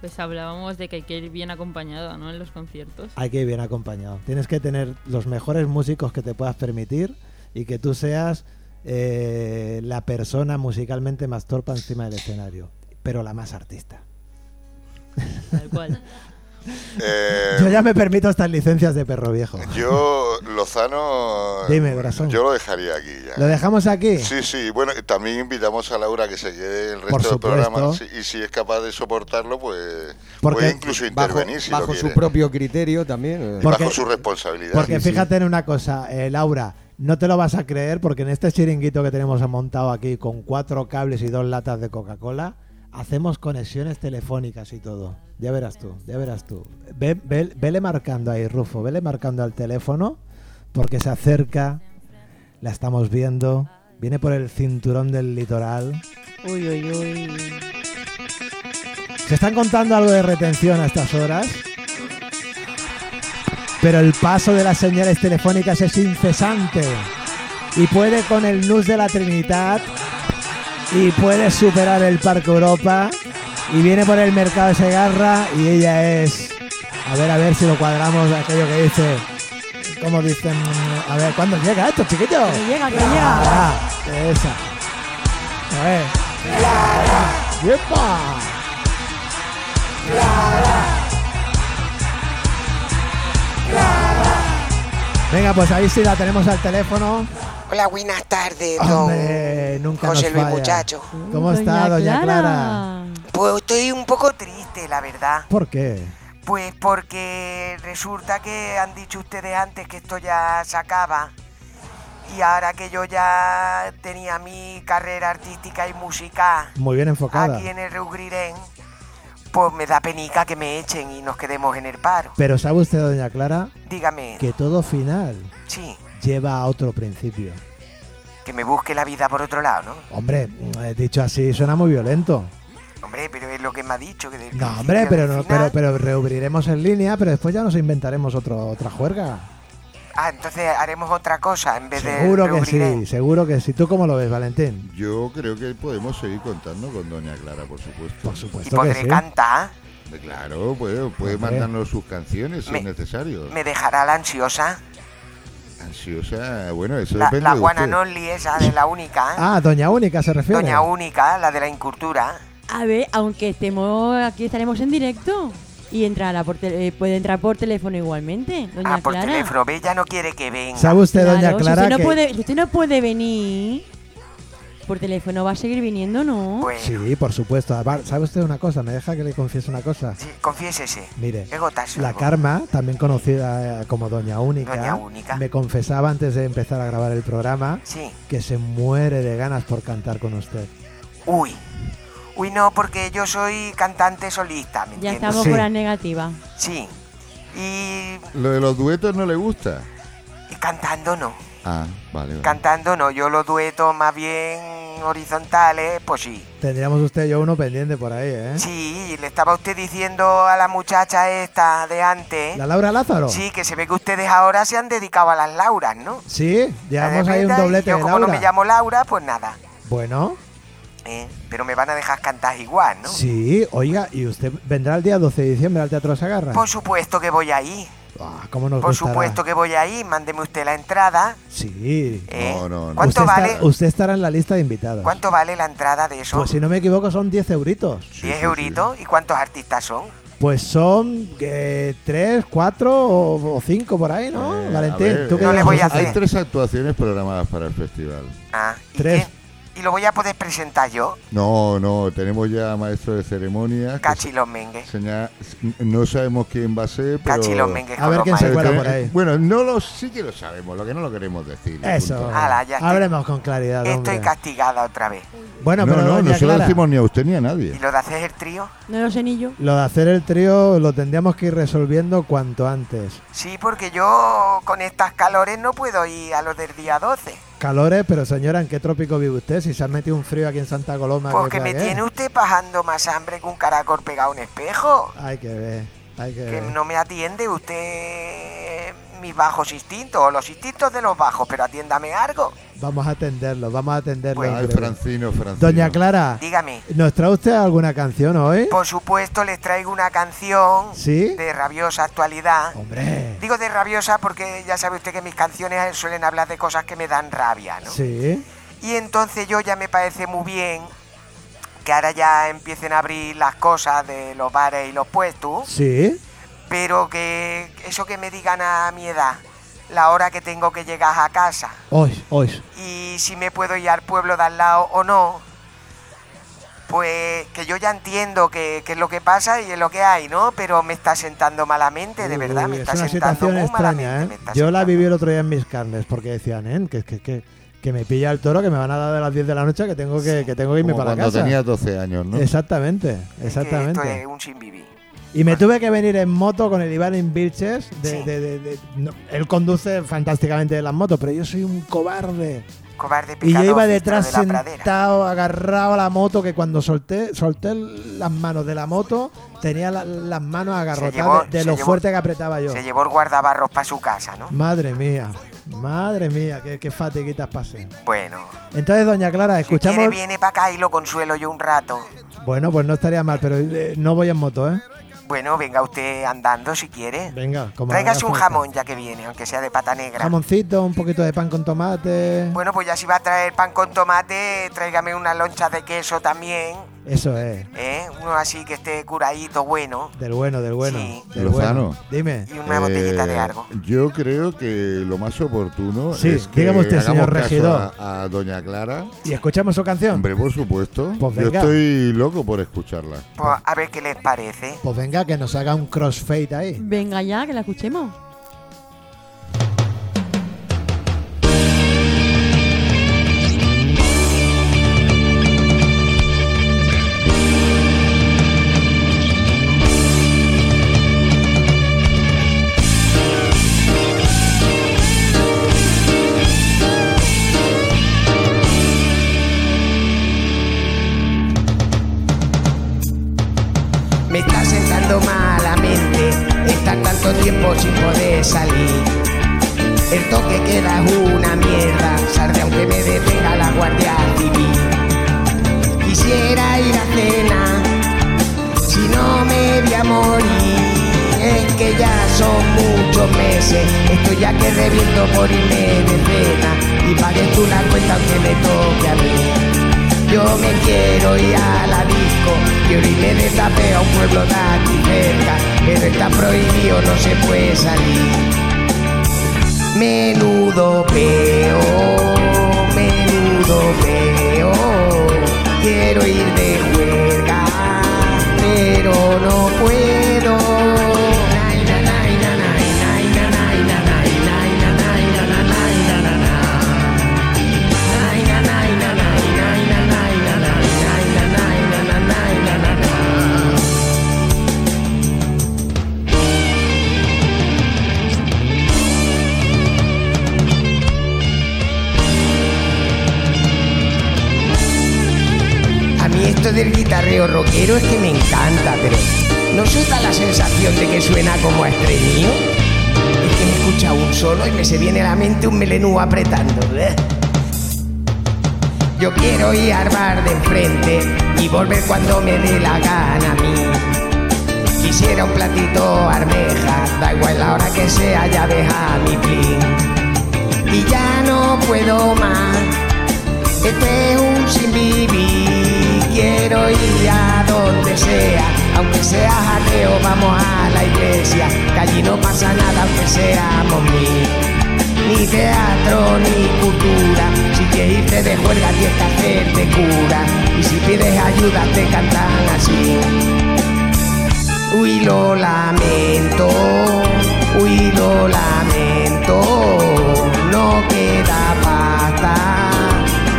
S1: Pues hablábamos de que hay que ir bien acompañada, ¿no? En los conciertos.
S2: Hay que ir bien acompañado. Tienes que tener los mejores músicos que te puedas permitir y que tú seas eh, la persona musicalmente más torpa encima del escenario, pero la más artista.
S1: Tal cual.
S4: Eh,
S2: Yo ya me permito estas licencias de perro viejo.
S4: yo, Lozano.
S2: Dime, Brasón.
S4: Yo lo dejaría aquí ya.
S2: ¿Lo dejamos aquí?
S4: Sí, sí, bueno, también invitamos a Laura que se quede el
S2: Por
S4: resto del programa
S2: supuesto.
S4: Sí, y si es capaz de soportarlo, pues
S2: Porque-
S4: puede incluso
S3: Bajo,
S4: intervenir si
S3: bajo
S4: lo
S3: su
S4: quiere.
S3: propio criterio también. eh.
S4: Y
S2: Por-
S4: bajo
S2: Porque-
S4: su responsabilidad.
S2: Porque
S3: sí.
S2: fíjate en una cosa, eh, Laura, no te lo vas a creer porque en este chiringuito que tenemos montado aquí con cuatro cables y dos latas de Coca-Cola, hacemos conexiones telefónicas y todo. Ya verás tú, ya verás tú. Ve- ve- vele marcando ahí, Rufo, vele marcando al teléfono porque se acerca, la estamos viendo, viene por el cinturón del litoral.
S5: Uy, uy, uy.
S2: Se están contando algo de retención a estas horas. Pero el paso de las señales telefónicas es incesante. Y puede con el NUS de la Trinidad. Y puede superar el Parque Europa. Y viene por el mercado de Segarra. Y ella es. A ver, a ver si lo cuadramos aquello que dice. Como dicen. A ver, ¿cuándo llega esto, chiquillo?
S5: Que llega, que llega.
S2: Ah, esa. A ver. ¡Yepa! Venga, pues ahí sí la tenemos al teléfono.
S7: Hola, buenas tardes, Eh, don
S2: Hombre, nunca
S7: José
S2: nos
S7: Luis
S2: falla.
S7: Muchacho.
S2: ¿Cómo está, doña Clara?
S7: Pues estoy un poco triste, la verdad.
S2: ¿Por qué?
S7: Pues porque resulta que han dicho ustedes antes que esto ya se acaba. Y ahora que yo ya tenía mi carrera artística y musical
S2: Muy bien enfocada.
S7: aquí en el Reugrirén, pues me da penica que me echen y nos quedemos en el paro.
S2: Pero sabe usted, doña Clara,
S7: Dígame,
S2: que todo final
S7: sí,
S2: lleva a otro principio.
S7: que me busque la vida por otro lado, ¿no?
S2: Hombre, eh, dicho así, suena muy violento.
S7: Hombre, pero es lo que me ha dicho. Que del
S2: No,
S7: principio
S2: hombre,
S7: al
S2: pero, no, pero,
S7: final-
S2: pero reubriremos en línea, pero después ya nos inventaremos otro, otra juerga.
S7: Ah, entonces haremos otra cosa en vez de.
S2: Seguro que
S7: Rubriré.
S2: sí, seguro que sí. ¿Tú cómo lo ves, Valentín?
S4: Yo creo que podemos seguir contando con Doña Clara, por supuesto.
S2: Por
S7: Y
S2: supuesto que
S7: podré
S2: sí.
S7: cantar.
S4: Claro, puede, puede
S2: Hombre.
S4: mandarnos sus canciones si
S7: Me-
S4: es necesario.
S7: Me dejará la ansiosa.
S4: Ansiosa, bueno, eso
S7: La,
S4: depende
S7: la
S4: de
S7: Juana
S4: usted.
S7: Nolli, esa de la única.
S2: Ah, Doña Única se refiere.
S7: Doña Única, la de la incultura.
S5: A ver, aunque estemos aquí, estaremos en directo. Y entrará por tel- eh, puede entrar por teléfono igualmente, doña
S7: Ah, por
S5: Clara.
S7: teléfono. Ve, ella no quiere que venga.
S2: ¿Sabe usted,
S5: Claro,
S2: Doña Clara?
S5: si usted, no
S2: que-
S5: puede, si usted no puede venir, por teléfono va a seguir viniendo, ¿no?
S7: Bueno,
S2: Sí, por supuesto. Apar- ¿Sabe usted una cosa? ¿Me deja que le confiese una cosa?
S7: sí, confiésese.
S2: Mire,
S7: Es gotazo.
S2: la Karma, también conocida eh, como Doña Única,
S7: Doña Única.
S2: me confesaba antes de empezar a grabar el programa
S7: Sí.
S2: que se muere de ganas por cantar con usted.
S7: Uy. Uy, no, porque yo soy cantante solista, ¿me
S5: Ya
S7: entiendes?
S5: estamos
S2: Sí.
S5: por la negativa.
S7: Sí. Y,
S4: Lo de los duetos no le gusta.
S7: y cantando no.
S4: Ah, vale. vale.
S7: Cantando no. Yo lo dueto más bien horizontales, pues sí.
S2: Tendríamos usted y yo uno pendiente por ahí, ¿eh?
S7: Sí, le estaba usted diciendo a la muchacha esta de antes.
S2: ¿La Laura Lázaro?
S7: Sí, que se ve que ustedes ahora se han dedicado a las Lauras, ¿no?
S2: Sí, llevamos
S7: La de
S2: ahí un
S7: Brenda y
S2: doblete
S7: Yo
S2: de
S7: como
S2: Laura.
S7: no me llamo Laura, pues nada.
S2: Bueno,
S7: ¿eh? Pero me van a dejar cantar igual, ¿no?
S2: sí, oiga, ¿y usted vendrá el día 12 de diciembre al Teatro Sagarra?
S7: Por supuesto que voy ahí.
S2: Ah, ¿Cómo nos
S7: Pues, Por
S2: gustará?
S7: supuesto que voy ahí. Mándeme usted la entrada.
S2: Sí.
S7: ¿eh?
S4: No, no, no.
S7: ¿Cuánto
S2: usted,
S7: vale?
S2: está- usted estará en la lista de invitados.
S7: ¿Cuánto vale la entrada de eso?
S2: Pues si no me equivoco son 10 euritos.
S7: 10 euritos. ¿Y cuántos artistas son?
S2: Pues son 3, 4 o 5 por ahí, ¿no?
S4: Eh,
S2: Valentín,
S4: a ver,
S2: ¿tú qué
S7: No le
S2: dices?
S7: voy a hacer.
S4: Hay tres actuaciones programadas para el festival.
S7: Ah, ¿y
S2: Tres.
S7: qué? ¿Y lo voy a poder presentar yo?
S4: No, no, tenemos ya maestro de ceremonias. que
S7: Cachi los mengues.
S4: señala- no sabemos quién va a ser, pero...
S7: Cachi los mengues
S2: A
S7: con
S2: ver
S7: los
S2: quién se
S7: maestros.
S2: acuerda
S4: Pero
S2: por ahí.
S4: Bueno, no lo, sí que lo sabemos, lo que no lo queremos decir. y
S2: Eso.
S4: punto.
S7: Ala, ya estoy-
S2: Hablemos con claridad,
S7: Estoy
S2: hombre.
S7: castigada otra vez. Ah,
S2: Bueno,
S4: no,
S2: pero
S4: no,
S2: doña
S4: no se lo
S2: Clara,
S4: decimos ni a usted ni a nadie.
S7: ¿Y lo de hacer el trío?
S5: No lo sé ni yo.
S2: lo de hacer el trío lo tendríamos que ir resolviendo cuanto antes.
S7: Sí, porque yo con estas calores no puedo ir a los del día 12.
S2: Calores, pero señora, ¿en qué trópico vive usted? Si se ha metido un frío aquí en Santa Coloma. que
S7: Porque Pues me
S2: para qué.
S7: tiene usted pasando más hambre que un caracol pegado a un espejo.
S2: Hay que ver, hay que
S7: Que
S2: ver.
S7: no me atiende usted mis bajos instintos, o los instintos de los bajos, pero atiéndame algo.
S2: Vamos a atenderlo, vamos a atenderlo.
S7: Bueno.
S4: Ay,
S2: hombre.
S4: Francino, Francino.
S2: Doña Clara,
S7: Dígame.
S2: ¿nos trae usted alguna canción hoy?
S7: Por supuesto, les traigo una canción
S2: ¿Sí? Oh.
S7: de rabiosa actualidad.
S2: Hombre.
S7: Digo de rabiosa porque ya sabe usted que mis canciones suelen hablar de cosas que me dan rabia, ¿no?
S2: Sí.
S7: Y entonces yo ya me parece muy bien que ahora ya empiecen a abrir las cosas de los bares y los puestos,
S2: Sí.
S7: pero que eso que me digan a mi edad, la hora que tengo que llegar a casa
S2: Hoy, hoy.
S7: y si me puedo ir al pueblo de al lado o no, pues que yo ya entiendo que, que es lo que pasa y es lo que hay, ¿no? Pero me está sentando malamente, de
S2: Uy,
S7: verdad, me
S2: es
S7: está
S2: una
S7: sentando
S2: situación
S7: muy
S2: extraña,
S7: malamente.
S2: ¿eh?
S7: me está
S2: Yo la
S7: sentando.
S2: viví el otro día en mis carnes porque decían, ¿eh? Que, que, que, que me pilla el toro, que me van a dar de las 10 de la noche, que tengo que, que, tengo que irme
S4: Como
S2: para
S4: cuando
S2: casa.
S4: tenía 12 años, ¿no?
S2: Exactamente,
S7: Es que Esto es
S2: exactamente.
S7: un sinvivir.
S2: Y me tuve que venir en moto con el Iván en Vilches. de-
S7: Sí.
S2: de- de- de- no, él conduce fantásticamente las motos, pero yo soy un cobarde.
S7: Cobarde
S2: Y yo
S7: pecador,
S2: iba
S7: filtro
S2: detrás
S7: de la pradera.
S2: sentado, agarrado a la moto, que cuando solté, solté las manos de la moto, tenía la- las manos agarrotadas
S7: llevó-
S2: de, de
S7: se
S2: lo
S7: llevó-
S2: fuerte que apretaba yo.
S7: Se llevó el guardabarros para su casa,
S4: Mm.
S7: ¿no?
S2: Madre mía, madre mía, qué, qué fatiguitas pasé.
S7: Bueno,
S2: Entonces, doña Clara,
S7: si quiere
S2: escuchamos...
S7: viene para acá y lo consuelo yo un rato.
S2: Bueno, pues no estaría mal, pero eh, no voy en moto, ¿eh?
S7: Bueno, venga usted andando si quiere.
S2: Venga, como...
S7: Tráigase
S2: haga
S7: un
S2: falta.
S7: jamón ya que viene, aunque sea de pata negra.
S2: Jamoncito, un poquito de pan con tomate.
S7: Bueno, pues ya si va a traer pan con tomate, tráigame una loncha de queso también,
S2: Eso es,
S7: ¿eh? Uno así que esté curadito, bueno.
S2: del bueno, del bueno.
S7: Sí.
S2: del
S4: Lozano.
S2: bueno. Dime.
S7: Y una
S4: Eh,
S7: botellita de algo.
S4: Yo creo que lo más oportuno
S2: Sí,
S4: es que
S2: dígame usted,
S4: hagamos
S2: señor
S4: caso
S2: regidor.
S4: A, a doña Clara.
S2: ¿Y escuchamos su canción?
S4: Hombre, por supuesto.
S2: Pues
S4: yo
S2: venga.
S4: estoy loco por escucharla.
S7: Pues a ver qué les parece.
S2: Pues venga, que nos haga un crossfade ahí.
S5: Venga ya, que la escuchemos.
S7: Me está sentando malamente estar tanto tiempo sin poder salir. El toque queda es una mierda, sarde aunque me detenga la guardia civil. Quisiera ir a cena, si no me voy a morir. Es que ya son muchos meses, estoy ya que reviento por irme de cena. Y pagues tú la cuenta aunque me toque a mí. Yo me quiero ir a la disco, quiero irme de tape a un pueblo de aquí cerca, pero está prohibido, no se puede salir. Menudo peo, menudo peo, quiero ir de juerga, pero no puedo. Nay, na, nay, na, nay, nay, na, nay, na, nay, nay, na, nay, na, na, nay, na, na, na. Nay, na, nay, na, nay, nay, na, nay, na, nay, nay, na, nay, na, na, nay, na, na, na. perreo rockero es que me encanta, pero ¿no se os da la sensación de que suena como a estreñido? Es que me escucha un solo y me se viene a la mente un melenú apretando. ¿eh? Yo quiero ir al bar de enfrente y volver cuando me dé la gana a mí. Quisiera un platito armeja, da igual la hora que sea, ya deja mi plin. Y ya no puedo más, este es un sin vivir. Quiero ir a donde sea, aunque sea jaleo, vamos a la iglesia, que allí no pasa nada, aunque seamos mil ni teatro ni cultura. Si quieres irte de juerga tienes que hacerte cura. Y si pides ayuda te cantan así. Uy, lo lamento, uy, lo lamento, no queda pata,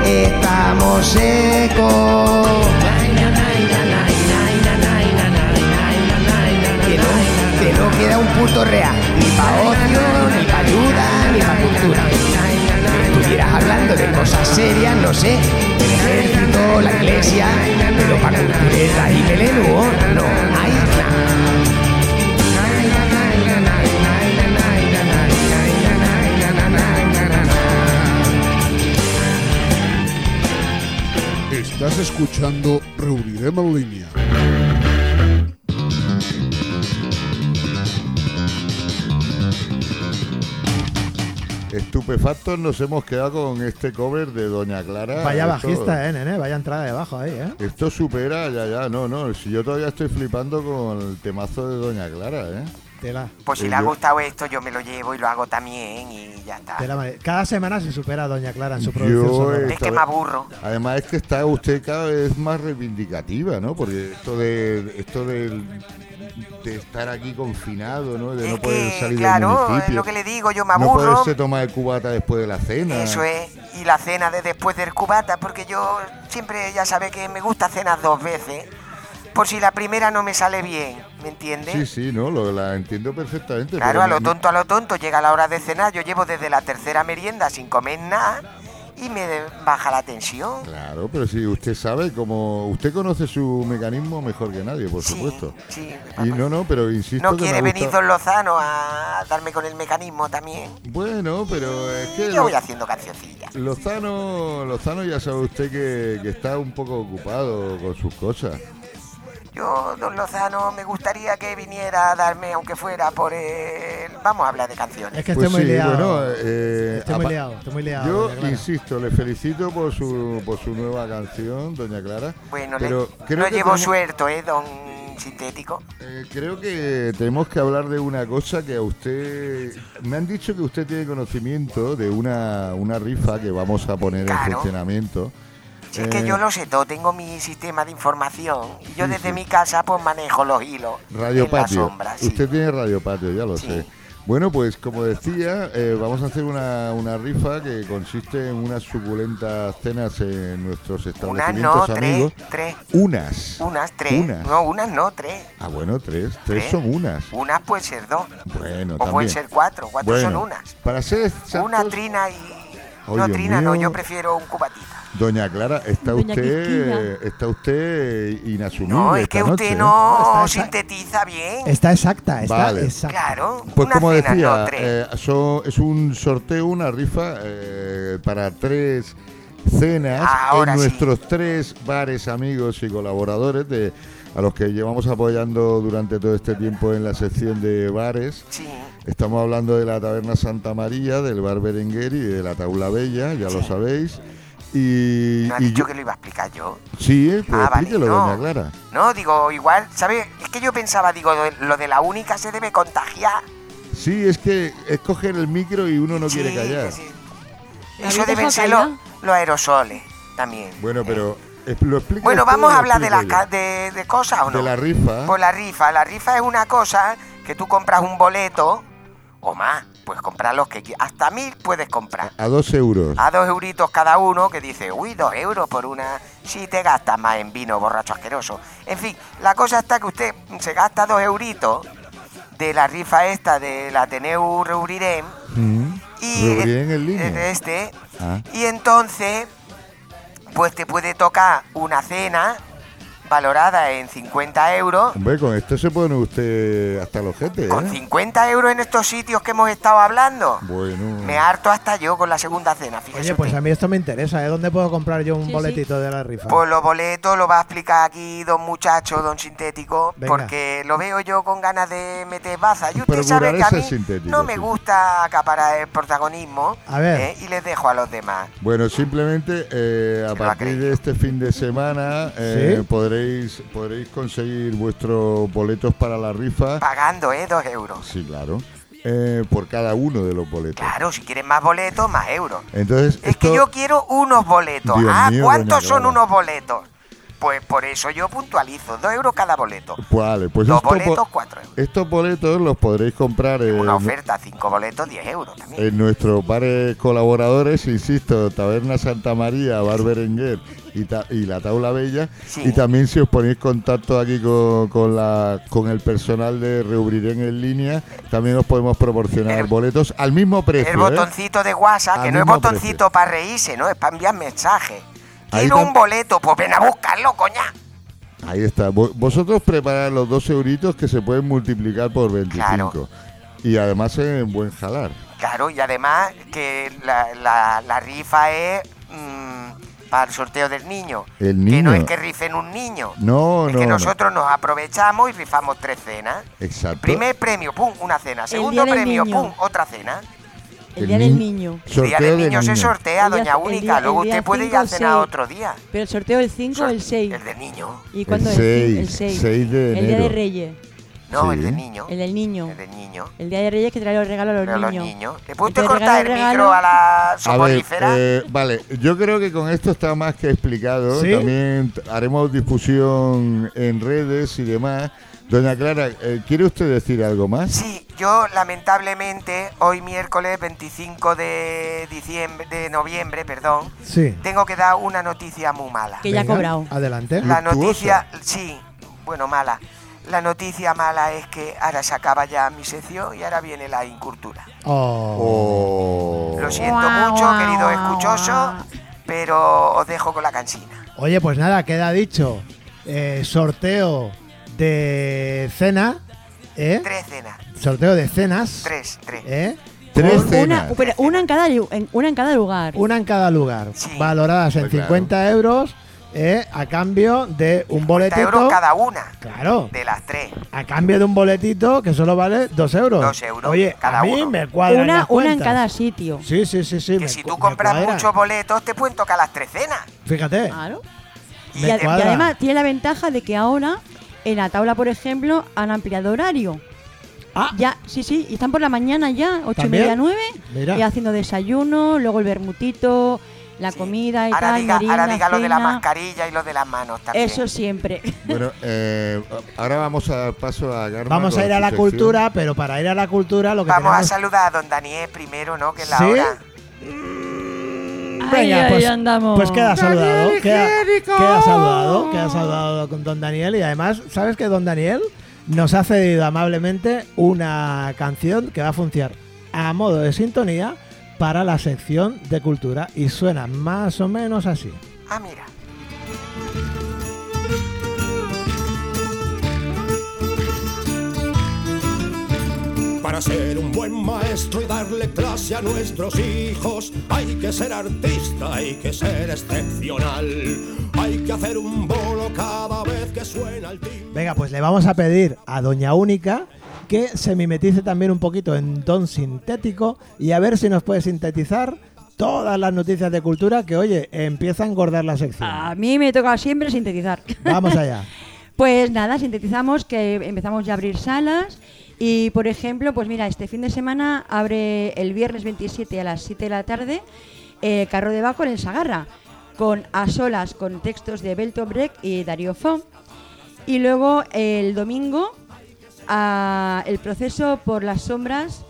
S7: estamos secos. Que no- que no queda un puto real, ni pa' ocio, ni pa' ayuda, ni pa' cultura. Si estuvieras hablando de cosas serias, no sé, el ejército, la iglesia, pero pa' cultureta y melenú, no hay
S8: Estás escuchando Reunirem en línea.
S4: Estupefactos nos hemos quedado con este cover de Doña Clara.
S2: Vaya
S4: Esto-
S2: bajista, eh, nene. Vaya entrada debajo ahí, eh.
S4: Esto supera, ya, ya, no, no. Si yo todavía estoy flipando con el temazo de Doña Clara, ¿eh?
S2: Tela.
S7: Pues si
S4: Y
S7: le ha
S4: yo-
S7: gustado esto, yo me lo llevo y lo hago también y ya está.
S2: tela madre. Cada semana se supera a Doña Clara en su
S4: Yo,
S2: producción sonora.
S4: eh,
S7: Es que me aburro.
S4: Además es que está usted cada vez más reivindicativa, ¿no? Porque esto de esto del- de, estar aquí confinado, ¿no? De
S7: Es
S4: no poder
S7: que,
S4: salir del
S7: claro,
S4: municipio.
S7: es lo que le digo, yo me
S4: no
S7: aburro.
S4: poderse tomar cubata después de la cena.
S7: Eso es, y la cena de después del cubata, porque yo siempre ya sabe que me gusta cenar dos veces, por si la primera no me sale bien, ¿me entiendes?
S4: Sí, sí, no, lo, la entiendo perfectamente.
S7: ¿eh? claro,
S4: pero
S7: a lo
S4: no-
S7: tonto, a lo tonto, llega la hora de cenar, yo llevo desde la tercera merienda sin comer nada y me baja la tensión.
S4: Claro, pero si usted sabe como usted conoce su mecanismo mejor que nadie, por
S7: Sí,
S4: supuesto.
S7: sí,
S4: Y
S7: papá.
S4: no, no, pero insisto
S7: No
S4: que me
S7: quiere venir
S4: gusta-
S7: Don Lozano a darme con el mecanismo también.
S4: Bueno, pero es que
S7: Yo
S4: lo-
S7: voy haciendo cancioncillas.
S4: Lozano, Lozano ya sabe usted que, que está un poco ocupado con sus cosas.
S7: Yo, don Lozano, me gustaría que viniera a darme, aunque fuera por el... Vamos a hablar de canciones.
S2: Es que
S4: Pues
S2: estoy muy
S4: sí,
S2: liado.
S4: bueno, eh,
S2: estoy muy
S4: apa-
S2: liado, estoy muy liado.
S4: Yo
S2: Doña Clara.
S4: insisto, le felicito por su, por su nueva canción, Doña Clara.
S7: Bueno, le-
S4: pero creo
S7: no
S4: que
S7: llevo
S4: tenemos-
S7: suelto, ¿eh, don Sintético?
S4: eh, creo que tenemos que hablar de una cosa que a usted. Me han dicho que usted tiene conocimiento de una, una rifa que vamos a poner en
S7: Claro.
S4: funcionamiento.
S7: Si es que
S4: Eh,
S7: yo lo sé todo, tengo mi sistema de información. Y yo
S4: Sí,
S7: desde
S4: sí.
S7: mi casa, pues manejo los hilos.
S4: Radio
S7: en
S4: Patio.
S7: La sombra, sí.
S4: Usted tiene Radio Patio, ya lo
S7: Sí.
S4: sé. Bueno, pues como decía, eh, vamos a hacer una, una rifa que consiste en unas suculentas cenas en nuestros
S7: Unas
S4: establecimientos
S7: no,
S4: amigos.
S7: tres, tres.
S4: Unas.
S7: Unas tres.
S4: Unas.
S7: No, unas no, tres.
S4: Ah, bueno, tres. Tres
S7: Tres.
S4: son unas.
S7: Unas pueden ser dos.
S4: Bueno,
S7: o
S4: también.
S7: pueden ser cuatro. Cuatro
S4: Bueno,
S7: son unas.
S4: Para ser exactos,
S7: Una trina y...
S4: Ay,
S7: no,
S4: Dios
S7: trina no,
S4: mío.
S7: yo prefiero un cubatita.
S4: Doña Clara, está
S6: Doña
S4: usted está usted inasumible
S7: No, es
S4: esta
S7: que
S4: noche,
S7: usted
S4: ¿eh?
S2: Está
S7: no
S2: esa-
S7: sintetiza bien.
S2: Está exacta, está
S4: Vale.
S2: exacta.
S7: Claro.
S4: Pues
S7: una
S4: como
S7: cena,
S4: decía,
S7: no, tres.
S4: eh, son- es un sorteo, una rifa eh, para tres cenas
S7: Ah, Ahora
S4: en
S7: sí.
S4: nuestros tres bares amigos y colaboradores de a los que llevamos apoyando durante todo este tiempo en la sección de bares.
S7: Sí.
S4: Estamos hablando de la Taberna Santa María, del Bar Berenguer y de la Taula Bella, ya lo
S7: Sí.
S4: sabéis. Y,
S7: No ha
S4: y
S7: dicho
S4: yo-
S7: que lo iba a explicar yo.
S4: sí, eh, pues
S7: Ah, vale,
S4: explíquelo,
S7: no.
S4: doña Clara.
S7: No, digo, igual, ¿sabes? Es que yo pensaba, digo, lo de- lo de la única se debe contagiar.
S4: Sí, es que es coger el micro y uno no
S7: Sí,
S4: quiere callar.
S7: sí, sí.
S6: ¿La
S7: Eso
S6: habéis
S7: deben
S6: dejado
S7: ser
S6: callar?
S7: lo- los aerosoles también.
S4: Bueno, pero es- lo explico.
S7: Bueno, vamos a hablar de, las ca- de, de cosas o no.
S4: de la rifa.
S7: Pues la rifa. La rifa es una cosa que tú compras un boleto o más. Pues comprar los que quieras. Hasta mil puedes comprar.
S4: A dos euros.
S7: A dos euritos cada uno, que dice, uy, dos euros por una, si te gastas más en vino, borracho asqueroso. En fin, la cosa está que usted se gasta dos euritos de la rifa esta de la Ateneu Reurirem
S4: Mm.
S7: y
S4: Reurirem en línea.
S7: en este,
S4: Ah.
S7: y entonces, pues te puede tocar una cena, valorada en 50 euros.
S4: Hombre, con esto se pone usted hasta los jetes,
S7: Con
S4: ¿eh?
S7: 50 euros en estos sitios que hemos estado hablando,
S4: Bueno.
S7: me harto hasta yo con la segunda cena, fíjese.
S2: Oye, pues
S7: usted.
S2: a mí esto me interesa, ¿eh? ¿Dónde puedo comprar yo un
S1: Sí,
S2: boletito de la rifa?
S7: Pues los boletos lo va a explicar aquí don muchacho, don sintético,
S2: Venga.
S7: porque lo veo yo con ganas de meter baza. Y usted
S4: Procurar
S7: sabe que a
S4: ese
S7: mí
S4: sintético,
S7: no me
S4: sí.
S7: gusta acaparar el protagonismo
S2: A ver.
S7: ¿eh? y les dejo a los demás.
S4: Bueno, simplemente eh, a
S7: Se lo ha
S4: partir
S7: creído.
S4: de este fin de semana eh,
S2: ¿Sí?
S4: podréis, podréis conseguir vuestros boletos para la rifa.
S7: Pagando, ¿eh? Dos euros.
S4: Sí, claro. eh, por cada uno de los boletos.
S7: Claro, si quieren más boletos, más euros.
S4: Entonces,
S7: Es
S4: Eh, esto,
S7: que yo quiero unos boletos.
S4: Dios
S7: ah,
S4: mío,
S7: ¿cuántos
S4: doña
S7: son
S4: Clara.
S7: unos boletos? Pues por eso yo puntualizo, dos euros cada boleto.
S4: Vale, pues
S7: Los
S4: esto po- Eh,
S7: boletos, cuatro euros.
S4: estos boletos los podréis comprar en,
S7: Una oferta, cinco boletos, diez euros también.
S4: en nuestros bares colaboradores, insisto, Taberna Santa María, Bar Berenguer y, ta- y La Taula Bella.
S7: Sí.
S4: Y también si os ponéis contacto aquí con, con la, con el personal de Reubrirén en línea, también os podemos proporcionar
S7: El-
S4: boletos al mismo precio.
S7: El
S4: ¿eh?
S7: botoncito de WhatsApp,
S4: Al
S7: que no es
S4: mismo
S7: botoncito para reírse, ¿no? Es para enviar mensajes.
S4: Ahí
S7: Quiero
S4: tam-
S7: un boleto, pues ven a buscarlo, coña.
S4: Ahí está. Vo- Vosotros preparad los dos euritos que se pueden multiplicar por 25.
S7: Claro.
S4: Y además en buen jalar.
S7: Claro, y además que la, la- la rifa es mm, para el sorteo del niño.
S4: El
S7: Que no
S4: niño.
S7: es que rifen un niño.
S4: No,
S7: es
S4: no,
S7: que
S4: no.
S7: nosotros nos aprovechamos y rifamos tres cenas.
S4: Exacto.
S7: Primer premio, pum, una cena. Segundo
S5: día del
S7: premio,
S5: niño.
S7: pum, otra cena.
S5: El día del
S4: ni-
S5: niño.
S7: El día
S4: Sorteo
S7: del
S4: del
S7: niño se
S4: niño.
S7: sortea,
S5: El día-
S7: doña
S5: el
S7: Única.
S5: día-
S7: Luego
S5: el día
S7: usted puede ir a
S5: cinco,
S7: cenar
S5: seis.
S7: otro día.
S5: Pero el sorteo el 5 o el 6.
S7: El del niño.
S5: ¿Y cuándo
S4: El
S5: es? Sí,
S4: seis, seis de
S5: El día de
S4: enero.
S5: Reyes.
S7: No,
S4: Sí.
S7: el del niño.
S5: El del niño.
S7: El del niño.
S5: El día de Reyes que trae los regalos a
S7: Pero
S5: los
S7: los
S5: niños.
S7: niños. ¿Le puede
S5: Que
S7: usted
S5: te
S7: cortar el
S5: regalen regalo.
S7: micro a la
S4: A ver,
S7: soporífera?
S4: eh, vale, yo creo que con esto está más que explicado.
S2: ¿Sí?
S4: También t- haremos discusión en redes y demás. Doña Clara, eh, ¿quiere usted decir algo más?
S7: Sí, yo lamentablemente hoy miércoles 25 de diciembre de noviembre, perdón,
S2: Sí.
S7: tengo que dar una noticia muy mala.
S5: Que ya ha
S2: Venga,
S5: cobrado.
S2: Adelante.
S7: La
S4: luctuosa.
S7: noticia, sí, bueno, mala. La noticia mala es que ahora se acaba ya mi sección y ahora viene la incultura.
S2: Oh.
S4: Oh.
S7: Lo siento mucho, queridos escuchosos, pero os dejo con la cansina.
S2: Oye, pues nada, queda dicho. Eh, sorteo de cena. ¿eh?
S7: Tres cenas,
S2: Sorteo de cenas.
S7: tres, tres.
S2: ¿eh?
S4: Tres
S2: Con
S5: Una,
S4: cenas.
S5: pero una, en cada, lu- en- una en cada lugar.
S2: Una en cada lugar.
S7: Sí.
S2: Valoradas en
S4: Pues claro.
S2: 50 euros. ¿eh? A cambio de un
S7: 50
S2: boletito.
S7: euros cada una
S2: Claro.
S7: de las tres.
S2: A cambio de un boletito que solo vale 2 euros.
S7: Dos euros
S2: Oye,
S7: cada
S2: a mí
S7: uno.
S2: me cuadra.
S5: una, una en cada sitio.
S2: Sí, sí, sí, sí.
S7: Que
S2: me
S7: si
S2: cu-
S7: tú
S2: me
S7: compras
S2: cuadra.
S7: muchos boletos, te pueden tocar las tres cenas.
S2: Fíjate.
S5: Claro.
S7: Y
S5: Y, a-
S7: te-
S5: y
S2: cuadra.
S5: además tiene la ventaja de que ahora en la tabla, por ejemplo, han ampliado horario.
S2: Ah.
S5: Ya, sí, sí, y están por la mañana ya, ocho
S2: ¿También?
S5: y media, nueve,
S2: Mira.
S5: y haciendo desayuno, luego el bermutito, la
S7: Sí.
S5: comida y
S7: ahora
S5: tal,
S7: diga, ahora
S5: merienda,
S7: diga lo de la
S5: cena.
S7: mascarilla y lo de las manos también.
S5: Eso siempre.
S4: Bueno, eh, ahora vamos a dar paso a Garma.
S2: Vamos
S4: con
S2: a ir a
S4: su
S2: la
S4: Pues sección.
S2: cultura, pero para ir a la cultura lo que
S7: Vamos a
S2: tenemos...
S7: saludar a don Daniel primero, ¿no? Que es la
S2: ¿Sí?
S7: hora.
S5: Ay,
S2: Venga,
S5: ay,
S2: pues,
S5: andamos.
S2: pues queda saludado. Queda, queda saludado, queda saludado con Don Daniel. Y además, ¿sabes que Don Daniel nos ha cedido amablemente una canción que va a funcionar a modo de sintonía para la sección de cultura? Y suena más o menos así.
S7: Ah, mira.
S9: Para ser un buen maestro y darle clase a nuestros hijos, hay que ser artista, hay que ser excepcional. Hay que hacer un bolo cada vez que suena el timbre.
S2: Venga, pues le vamos a pedir a Doña Única que se mimetice también un poquito en don sintético y a ver si nos puede sintetizar todas las noticias de cultura que, oye, empieza a engordar la sección.
S5: A mí me toca siempre sintetizar.
S2: Vamos allá.
S5: Pues nada, sintetizamos que empezamos ya a abrir salas y, por ejemplo, pues mira, este fin de semana abre el viernes 27 a las 7 de la tarde el carro de Baco en el Sagarra, con a solas con textos de Belton Brecht y Darío Fo. Y luego el domingo a el proceso por las sombras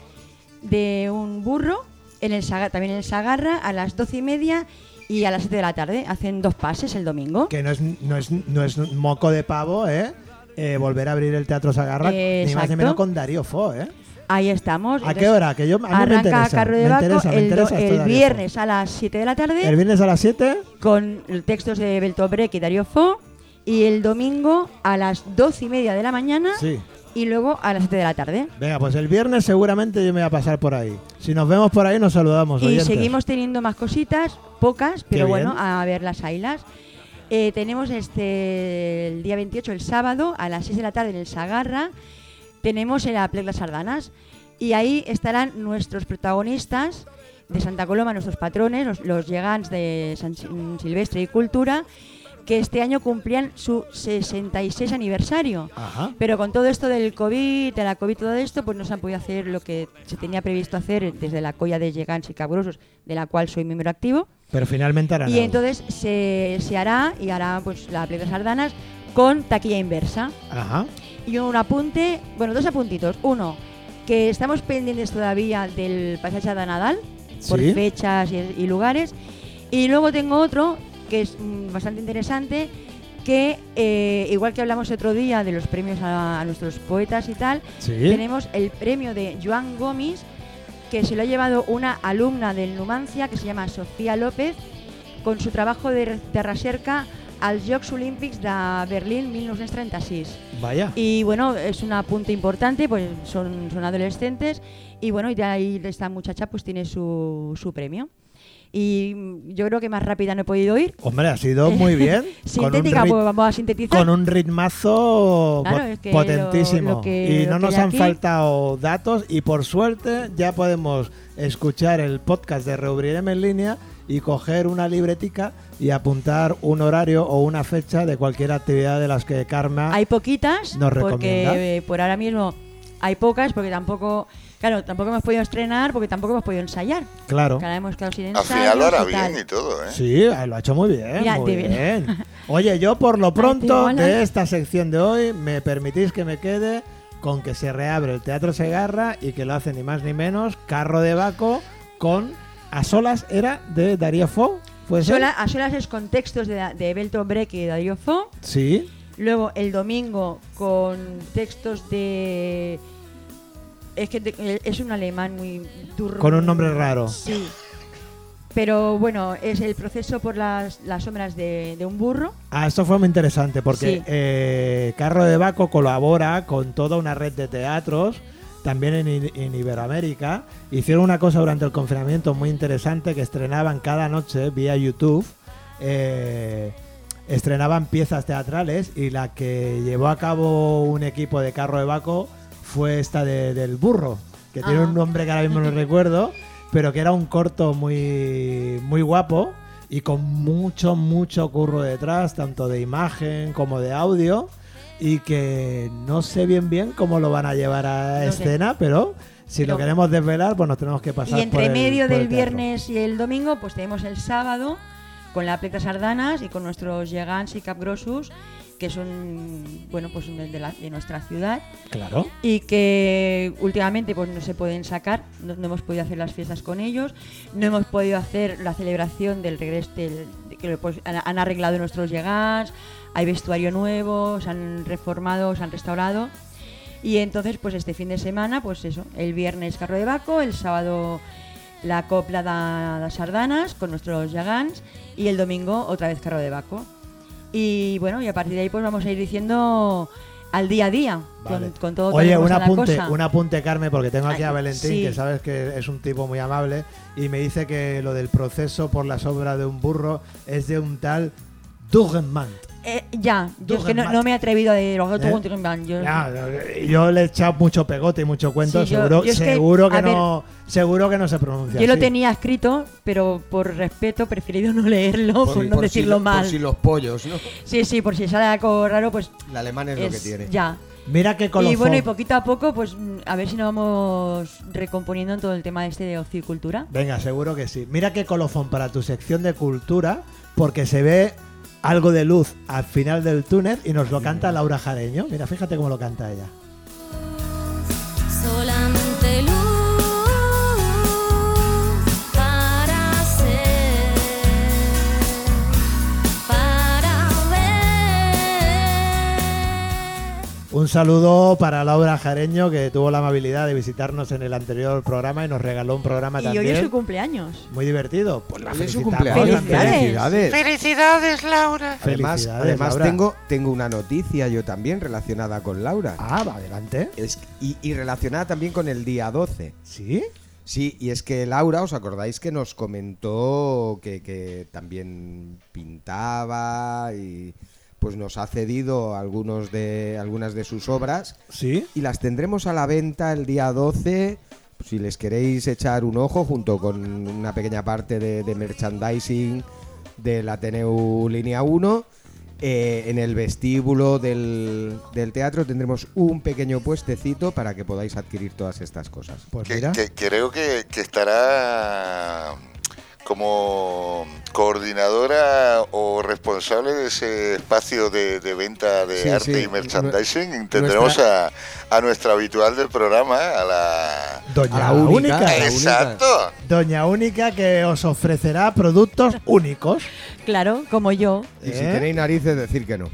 S5: de un burro en el Saga- también en el Sagarra a las 12 y media y a las 7 de la tarde. Hacen dos pases el domingo.
S2: Que no es, no es, no es moco de pavo, ¿eh? Eh, volver a abrir el Teatro Sagarra, ni más ni
S5: Exacto.
S2: menos con Darío Fo, ¿eh?
S5: Ahí estamos.
S2: ¿A qué
S5: Entonces,
S2: hora? Que yo, a mí me
S5: Arranca
S2: interesa.
S5: Carro de
S2: me
S5: Baco
S2: interesa, me
S5: el, do-
S2: interesa esto de
S5: el ¿eh?
S2: Darío Fo.
S5: viernes a las 7 de la tarde
S2: ¿El viernes a las 7?
S5: con textos de Beltobrek y Darío Fo y el domingo a las 12 y media de la mañana
S2: Sí.
S5: y luego a las 7 de la tarde.
S2: Venga, pues el viernes seguramente yo me voy a pasar por ahí. Si nos vemos por ahí, nos saludamos.
S5: Y
S2: oyentes.
S5: seguimos teniendo más cositas, pocas, pero
S2: Qué
S5: bueno,
S2: bien.
S5: a ver las ailas. Eh, tenemos este el día 28, el sábado, a las 6 de la tarde en el Sagarra, tenemos el Aplec Las Sardanas y ahí estarán nuestros protagonistas de Santa Coloma, nuestros patrones, los, los llegants de San Si- mm, Silvestre y Cultura, que este año cumplían su 66 aniversario.
S2: Ajá.
S5: Pero con todo esto del COVID, de la COVID, todo esto, pues no se han podido hacer lo que se tenía previsto hacer desde la colla de Llegans y Cabrosos, de la cual soy miembro activo.
S2: Pero finalmente harán
S5: Y
S2: algo.
S5: entonces se, se hará y hará pues la play de sardanas con taquilla inversa.
S2: Ajá.
S5: Y un apunte, bueno, dos apuntitos. Uno, que estamos pendientes todavía del pasaje de Nadal, por
S2: Sí.
S5: fechas y, y lugares. Y luego tengo otro, que es mm, bastante interesante, que eh, igual que hablamos otro día de los premios a, a nuestros poetas y tal,
S2: Sí.
S5: tenemos el premio de Joan Gómez, que se lo ha llevado una alumna del Numancia, que se llama Sofía López, con su trabajo de terracerca als Jocs Olímpics de Berlín 1936.
S2: Vaya.
S5: Y bueno, es un apunte importante, pues son, son adolescentes y bueno, y de ahí esta muchacha pues tiene su, su premio. Y mm, yo creo que más rápida no he podido ir.
S2: Hombre, ha sido muy bien. con, un
S5: Sintética,
S2: rit-
S5: pues vamos a sintetizar.
S2: con un ritmazo
S5: Claro,
S2: pot-
S5: es que
S2: potentísimo.
S5: lo- lo que-
S2: y no
S5: lo que
S2: nos
S5: hay
S2: han
S5: aquí-
S2: faltado datos y por suerte ya podemos escuchar el podcast de Reubrirem en línea y coger una libretica y apuntar un horario o una fecha de cualquier actividad de las que Karma...
S5: Hay poquitas,
S2: Nos recomienda.
S5: porque eh, por ahora mismo hay pocas, porque tampoco, claro, tampoco hemos podido estrenar, porque tampoco hemos podido ensayar.
S2: Claro.
S5: Claro, hemos quedado sin
S4: Al
S5: ensayos
S4: final lo hará
S5: y tal.
S4: bien y todo, ¿eh?
S2: Sí, eh, lo ha hecho muy bien.
S5: Mira,
S2: muy
S5: de verdad.
S2: bien. Oye, yo por lo pronto
S5: mola.
S2: de esta sección de hoy me permitís que me quede con que se reabre el Teatro Segarra y que lo hace ni más ni menos Carro de Baco con A Solas era de Darío Fo. ¿Puede ser?
S5: Sola- a solas es con textos de, de Belton Breck y Darío Fo.
S2: Sí.
S5: Luego el domingo con textos de. Es que te- es un alemán muy turbo.
S2: Con un nombre raro.
S5: Sí. Pero bueno, es el proceso por las, las sombras de, de un burro.
S2: Ah, esto fue muy interesante porque
S5: Sí.
S2: eh, Carro de Baco colabora con toda una red de teatros, también en, I- en Iberoamérica. Hicieron una cosa durante el confinamiento muy interesante que estrenaban cada noche vía YouTube. eh, estrenaban piezas teatrales y la que llevó a cabo un equipo de Carro de Baco fue esta de- del burro, que tiene
S5: Ah.
S2: un nombre que ahora mismo no recuerdo, pero que era un corto muy, muy guapo y con mucho, mucho curro detrás, tanto de imagen como de audio, y que no sé bien bien cómo lo van a llevar a
S5: No sé.
S2: escena, pero si lo
S5: No.
S2: queremos desvelar, pues nos tenemos que pasar
S5: Y entre
S2: por el-
S5: medio
S2: por el teatro.
S5: del viernes y el domingo, pues tenemos el sábado con la Plecta Sardanas y con nuestros Llegans y Capgrossus, que son, bueno, pues de, de la- de nuestra ciudad
S2: Claro.
S5: y que últimamente pues no se pueden sacar, no, no hemos podido hacer las fiestas con ellos, no hemos podido hacer la celebración del regreso, del- de que lo, pues, han, han arreglado nuestros Llegans, hay vestuario nuevo, se han reformado, se han restaurado. Y entonces, pues este fin de semana, pues eso, el viernes carro de Baco, el sábado la copla de las sardanas con nuestros yagans y el domingo otra vez carro de Baco. Y bueno, y a partir de ahí pues vamos a ir diciendo al día a día
S2: Vale.
S5: con, con todo
S2: Oye,
S5: tenemos
S2: un
S5: a la
S2: apunte,
S5: cosa.
S2: un apunte, Carmen, porque tengo aquí
S5: Ay,
S2: a Valentín,
S5: sí.
S2: que sabes que es un tipo muy amable, y me dice que lo del proceso por la sobra de un burro es de un tal Dugenman.
S5: Eh, ya, yo es que no,
S2: Dugenmat.
S5: no me he atrevido a decir, "Ojo, tú
S2: ¿Eh?
S5: con tu gran-". yo,
S2: yo le he echado mucho pegote y mucho cuento,
S5: Sí, yo-
S2: seguro,
S5: yo es que,
S2: seguro que,
S5: a ver,
S2: no, seguro que no se pronuncia.
S5: yo lo
S2: así.
S5: tenía escrito, pero por respeto he preferido no leerlo, por, no
S3: si
S5: decirlo
S3: lo- por
S5: mal.
S3: si los pollos, ¿no?
S5: Sí, sí, por si sale algo raro, pues
S3: El alemán es, lo que
S5: es-
S3: tiene.
S5: ya.
S2: Mira qué colofón.
S5: Y bueno, y poquito a poco, pues mm, a ver si nos vamos recomponiendo en todo el tema este de ocicultura.
S2: Venga, seguro que sí. Mira qué colofón para tu sección de cultura, porque se ve algo de luz al final del túnel y nos lo canta Laura Jareño. Mira, fíjate cómo lo canta ella.
S6: Solamente luz para ser, para ver.
S2: Un saludo para Laura Jareño, que tuvo la amabilidad de visitarnos en el anterior programa y nos regaló un programa
S5: Y
S2: también.
S5: hoy es su cumpleaños.
S2: Muy divertido. Pues la
S3: Hoy es su
S2: felicitamos
S3: cumpleaños.
S2: también.
S5: Felicidades.
S2: Eh.
S10: ¡Felicidades, Laura!
S3: Además,
S2: Felicidades,
S3: además
S2: Laura.
S3: tengo, tengo una noticia yo también relacionada con Laura.
S2: Ah, va adelante.
S3: Es, y, y relacionada también con el día 12.
S2: ¿Sí?
S3: Sí, y es que Laura, ¿os acordáis que nos comentó que, que también pintaba y pues nos ha cedido algunos de, algunas de sus obras?
S2: ¿Sí?
S3: y las tendremos a la venta el día 12. Si les queréis echar un ojo, junto con una pequeña parte de, de merchandising del Ateneu Línea 1, eh, en el vestíbulo del, del teatro tendremos un pequeño puestecito para que podáis adquirir todas estas cosas.
S2: Pues
S4: que,
S2: mira.
S4: que creo que, que estará como coordinadora o responsable de ese espacio de, de venta de
S3: Sí,
S4: arte
S3: sí.
S4: y merchandising. Tendremos a, a nuestra habitual del programa, a la...
S2: Doña
S3: A la
S2: única.
S3: única. A la
S4: Exacto.
S2: Doña Única que os ofrecerá productos únicos.
S5: Claro, como yo.
S3: Y si
S2: ¿Eh?
S3: tenéis narices, decir que no.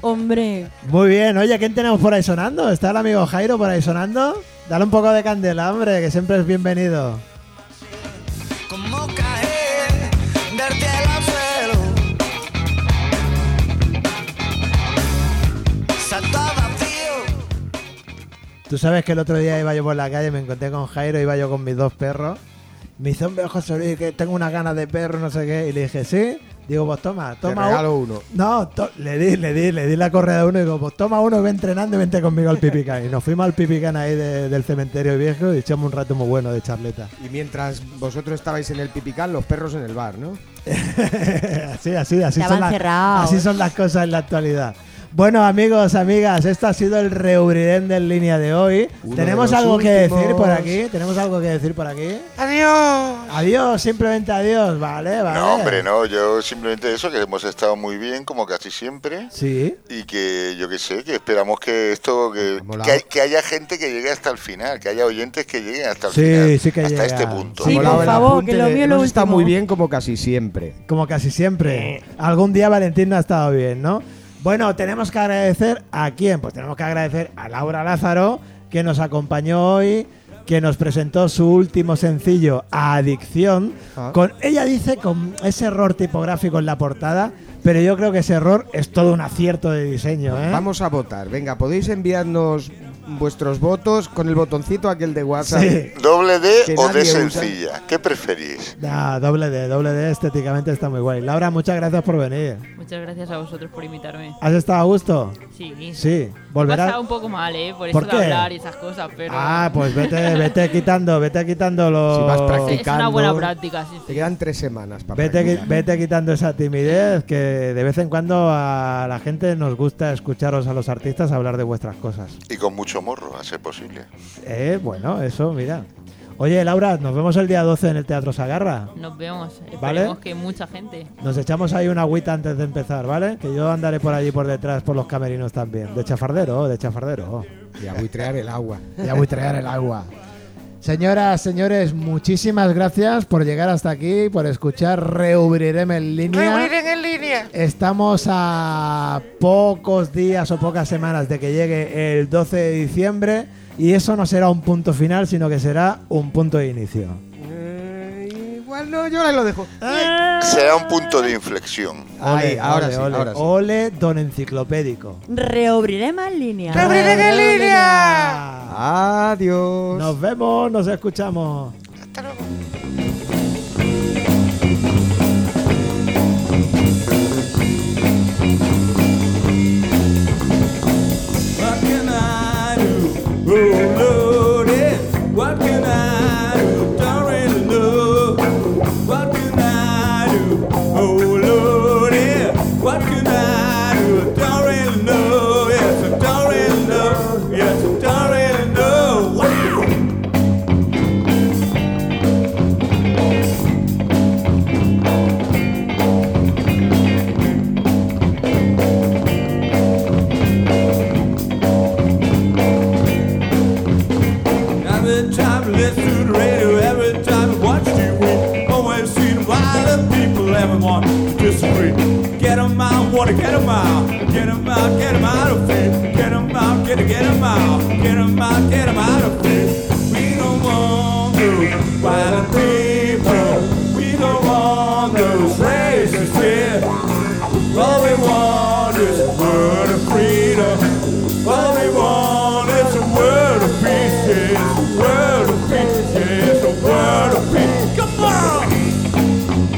S5: Hombre,
S2: Muy bien, oye, ¿quién tenemos por ahí sonando? ¿Está el amigo Jairo por ahí sonando? Dale un poco de candela, hombre, que siempre es bienvenido.
S10: Como caer, darte al suelo. Salto a vacío.
S2: Tú sabes que el otro día iba yo por la calle, me encontré con Jairo, iba yo con mis dos perros. Me hizo un José Luis, que tengo unas ganas de perro, no sé qué. Y le dije, sí. Digo, pues toma,
S3: Te
S2: toma
S3: regalo
S2: uno.
S3: uno.
S2: No, to- le di, le di, le di la correa de uno y digo, pues toma uno y ve entrenando y vente conmigo al Pipicán. Y nos fuimos al Pipicán ahí de- del cementerio viejo y echamos un rato muy bueno de charleta.
S3: Y mientras vosotros estabais en el pipicán, los perros en el bar, ¿no?
S2: así, así, así
S5: Estaban
S2: son, las,
S5: cerrados.
S2: así son las cosas en la actualidad. Bueno, amigos, amigas, esto ha sido el Reubriren del línea de hoy.
S3: Uno
S2: ¿Tenemos
S3: de los
S2: algo que decir por
S3: últimos.
S2: aquí? ¿Tenemos algo que decir por aquí?
S10: ¡Adiós!
S2: Adiós, simplemente adiós, vale, vale.
S4: No, hombre, no, yo simplemente eso, que hemos estado muy bien, como casi siempre.
S2: Sí.
S4: Y que yo qué sé, que esperamos que esto, que,
S3: Ha molado.
S4: que, hay- que haya gente que llegue hasta el final, que haya oyentes que lleguen hasta el
S2: Sí,
S4: final,
S2: sí que
S4: hasta
S2: llega.
S4: este punto.
S5: Sí,
S3: Ha
S5: por
S3: molado el
S5: favor,
S3: apunte
S5: que lo
S3: de-
S5: mío es lo
S3: hemos estado
S5: último.
S3: muy bien como casi siempre.
S2: Como casi
S4: Eh.
S2: siempre. Algún día Valentín no ha estado bien, ¿no? Bueno, tenemos que agradecer a quién? Pues tenemos que agradecer a Laura Lázaro, que nos acompañó hoy, que nos presentó su último sencillo, Adicción.
S3: Ah.
S2: Con, ella dice con ese error tipográfico en la portada, pero yo creo que ese error es todo un acierto de diseño, ¿eh?
S3: Vamos a votar. Venga, podéis enviarnos vuestros votos con el botoncito aquel de WhatsApp.
S2: Sí.
S4: ¿Doble D
S3: Que
S4: o D
S3: nadie usa.
S4: sencilla? ¿Qué preferís?
S2: Ah, doble D, doble D estéticamente está muy guay. Laura, muchas gracias por venir.
S1: Muchas gracias a vosotros por invitarme.
S2: ¿Has estado a gusto?
S1: Sí.
S2: Sí.
S1: Me he
S2: Volverás.
S1: pasado un poco mal, ¿eh? Por,
S2: ¿Por
S1: eso
S2: qué?
S1: de hablar y esas cosas, pero...
S2: Ah, pues vete, vete quitando, vete quitando los.
S3: Si vas
S2: pues,
S3: practicando.
S1: es una buena
S3: Ricardo,
S1: práctica, sí,
S3: Te
S1: sí.
S3: quedan tres semanas para
S2: Vete, qui- vete quitando esa timidez que de vez en cuando a la gente nos gusta escucharos a los artistas hablar de vuestras cosas.
S4: Y con mucho morro, a ser posible.
S2: Eh, bueno, eso, mira. Oye, Laura, nos vemos el día 12 en el Teatro Sagarra.
S1: Nos vemos. Esperemos
S2: Vale.
S1: que mucha gente.
S2: Nos echamos ahí una agüita antes de empezar, ¿vale? Que yo andaré por allí por detrás, por los camerinos también. De chafardero, de chafardero.
S3: Y a buitrear el agua.
S2: Ya voy a traer el agua. Señoras, señores, muchísimas gracias por llegar hasta aquí, por escuchar Reubrireme en línea.
S10: Reunir en línea.
S2: Estamos a pocos días o pocas semanas de que llegue el 12 de diciembre y eso no será un punto final, sino que será un punto de inicio.
S3: Eh, igual no, yo ahí lo dejo.
S4: Será un punto de inflexión.
S3: Ahí, ahora
S2: ole,
S3: sí,
S2: ole.
S3: ahora sí.
S2: Ole, don enciclopédico.
S5: reobriré más líneas.
S10: Reunir en línea.
S3: Adiós.
S2: Nos vemos, nos escuchamos.
S10: Hasta luego.
S9: What can I do? Oh Lordy, what can I do? Don't really know. What can I do? Oh Lordy, what can I do? Don't really know. Yes, I don't really know. Yes, I don't really know. Wow. Every time I listen to the radio, every time I watch TV, always seen violent people, everyone to disagree. Get 'em out, wanna get 'em out, get 'em out, get 'em out of faith, get 'em out, get Get, get 'em out, get 'em out, get 'em out of here. We don't want those violent people. We don't want those racist here. All we want is a word of freedom. All we want is a word of peace. Yes, a word of peace. Yes, a word of peace. Come on!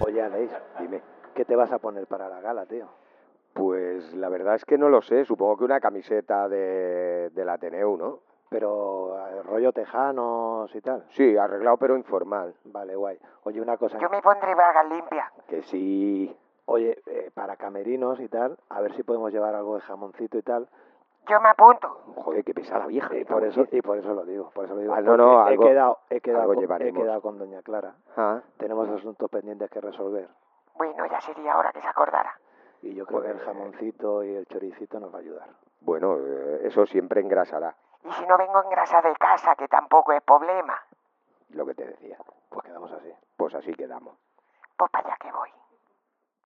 S2: Oye, Aleix, dime, ¿qué te vas a poner para la gala, tío?
S11: Pues la verdad es que no lo sé. Supongo que una camiseta de, del Ateneu, ¿no?
S2: Pero eh, rollo tejanos y tal.
S11: Sí, arreglado pero informal.
S2: Vale, guay. Oye, una cosa.
S7: Yo me pondré braga limpia.
S11: Que sí.
S2: Oye, eh, para camerinos y tal, a ver si podemos llevar algo de jamoncito y tal.
S7: Yo me apunto.
S11: Joder, qué pesada vieja.
S2: Y por eso, y por eso lo digo, por eso lo digo.
S11: Ah, no,
S2: porque
S11: no,
S2: he
S11: algo-
S2: quedado, he quedado
S11: algo
S2: con, he
S11: llevaremos.
S2: quedado con doña Clara.
S11: Ah,
S2: Tenemos asuntos pendientes que resolver.
S7: Bueno, ya sería hora que se acordara.
S2: Y yo creo que el
S11: Joder.
S2: jamoncito y el choricito nos va a ayudar.
S11: bueno, eh, eso siempre engrasará
S7: Y si no vengo en grasa de casa, que tampoco es problema,
S11: lo que te decía.
S2: Pues quedamos así.
S11: Pues así quedamos.
S7: pues para allá que voy.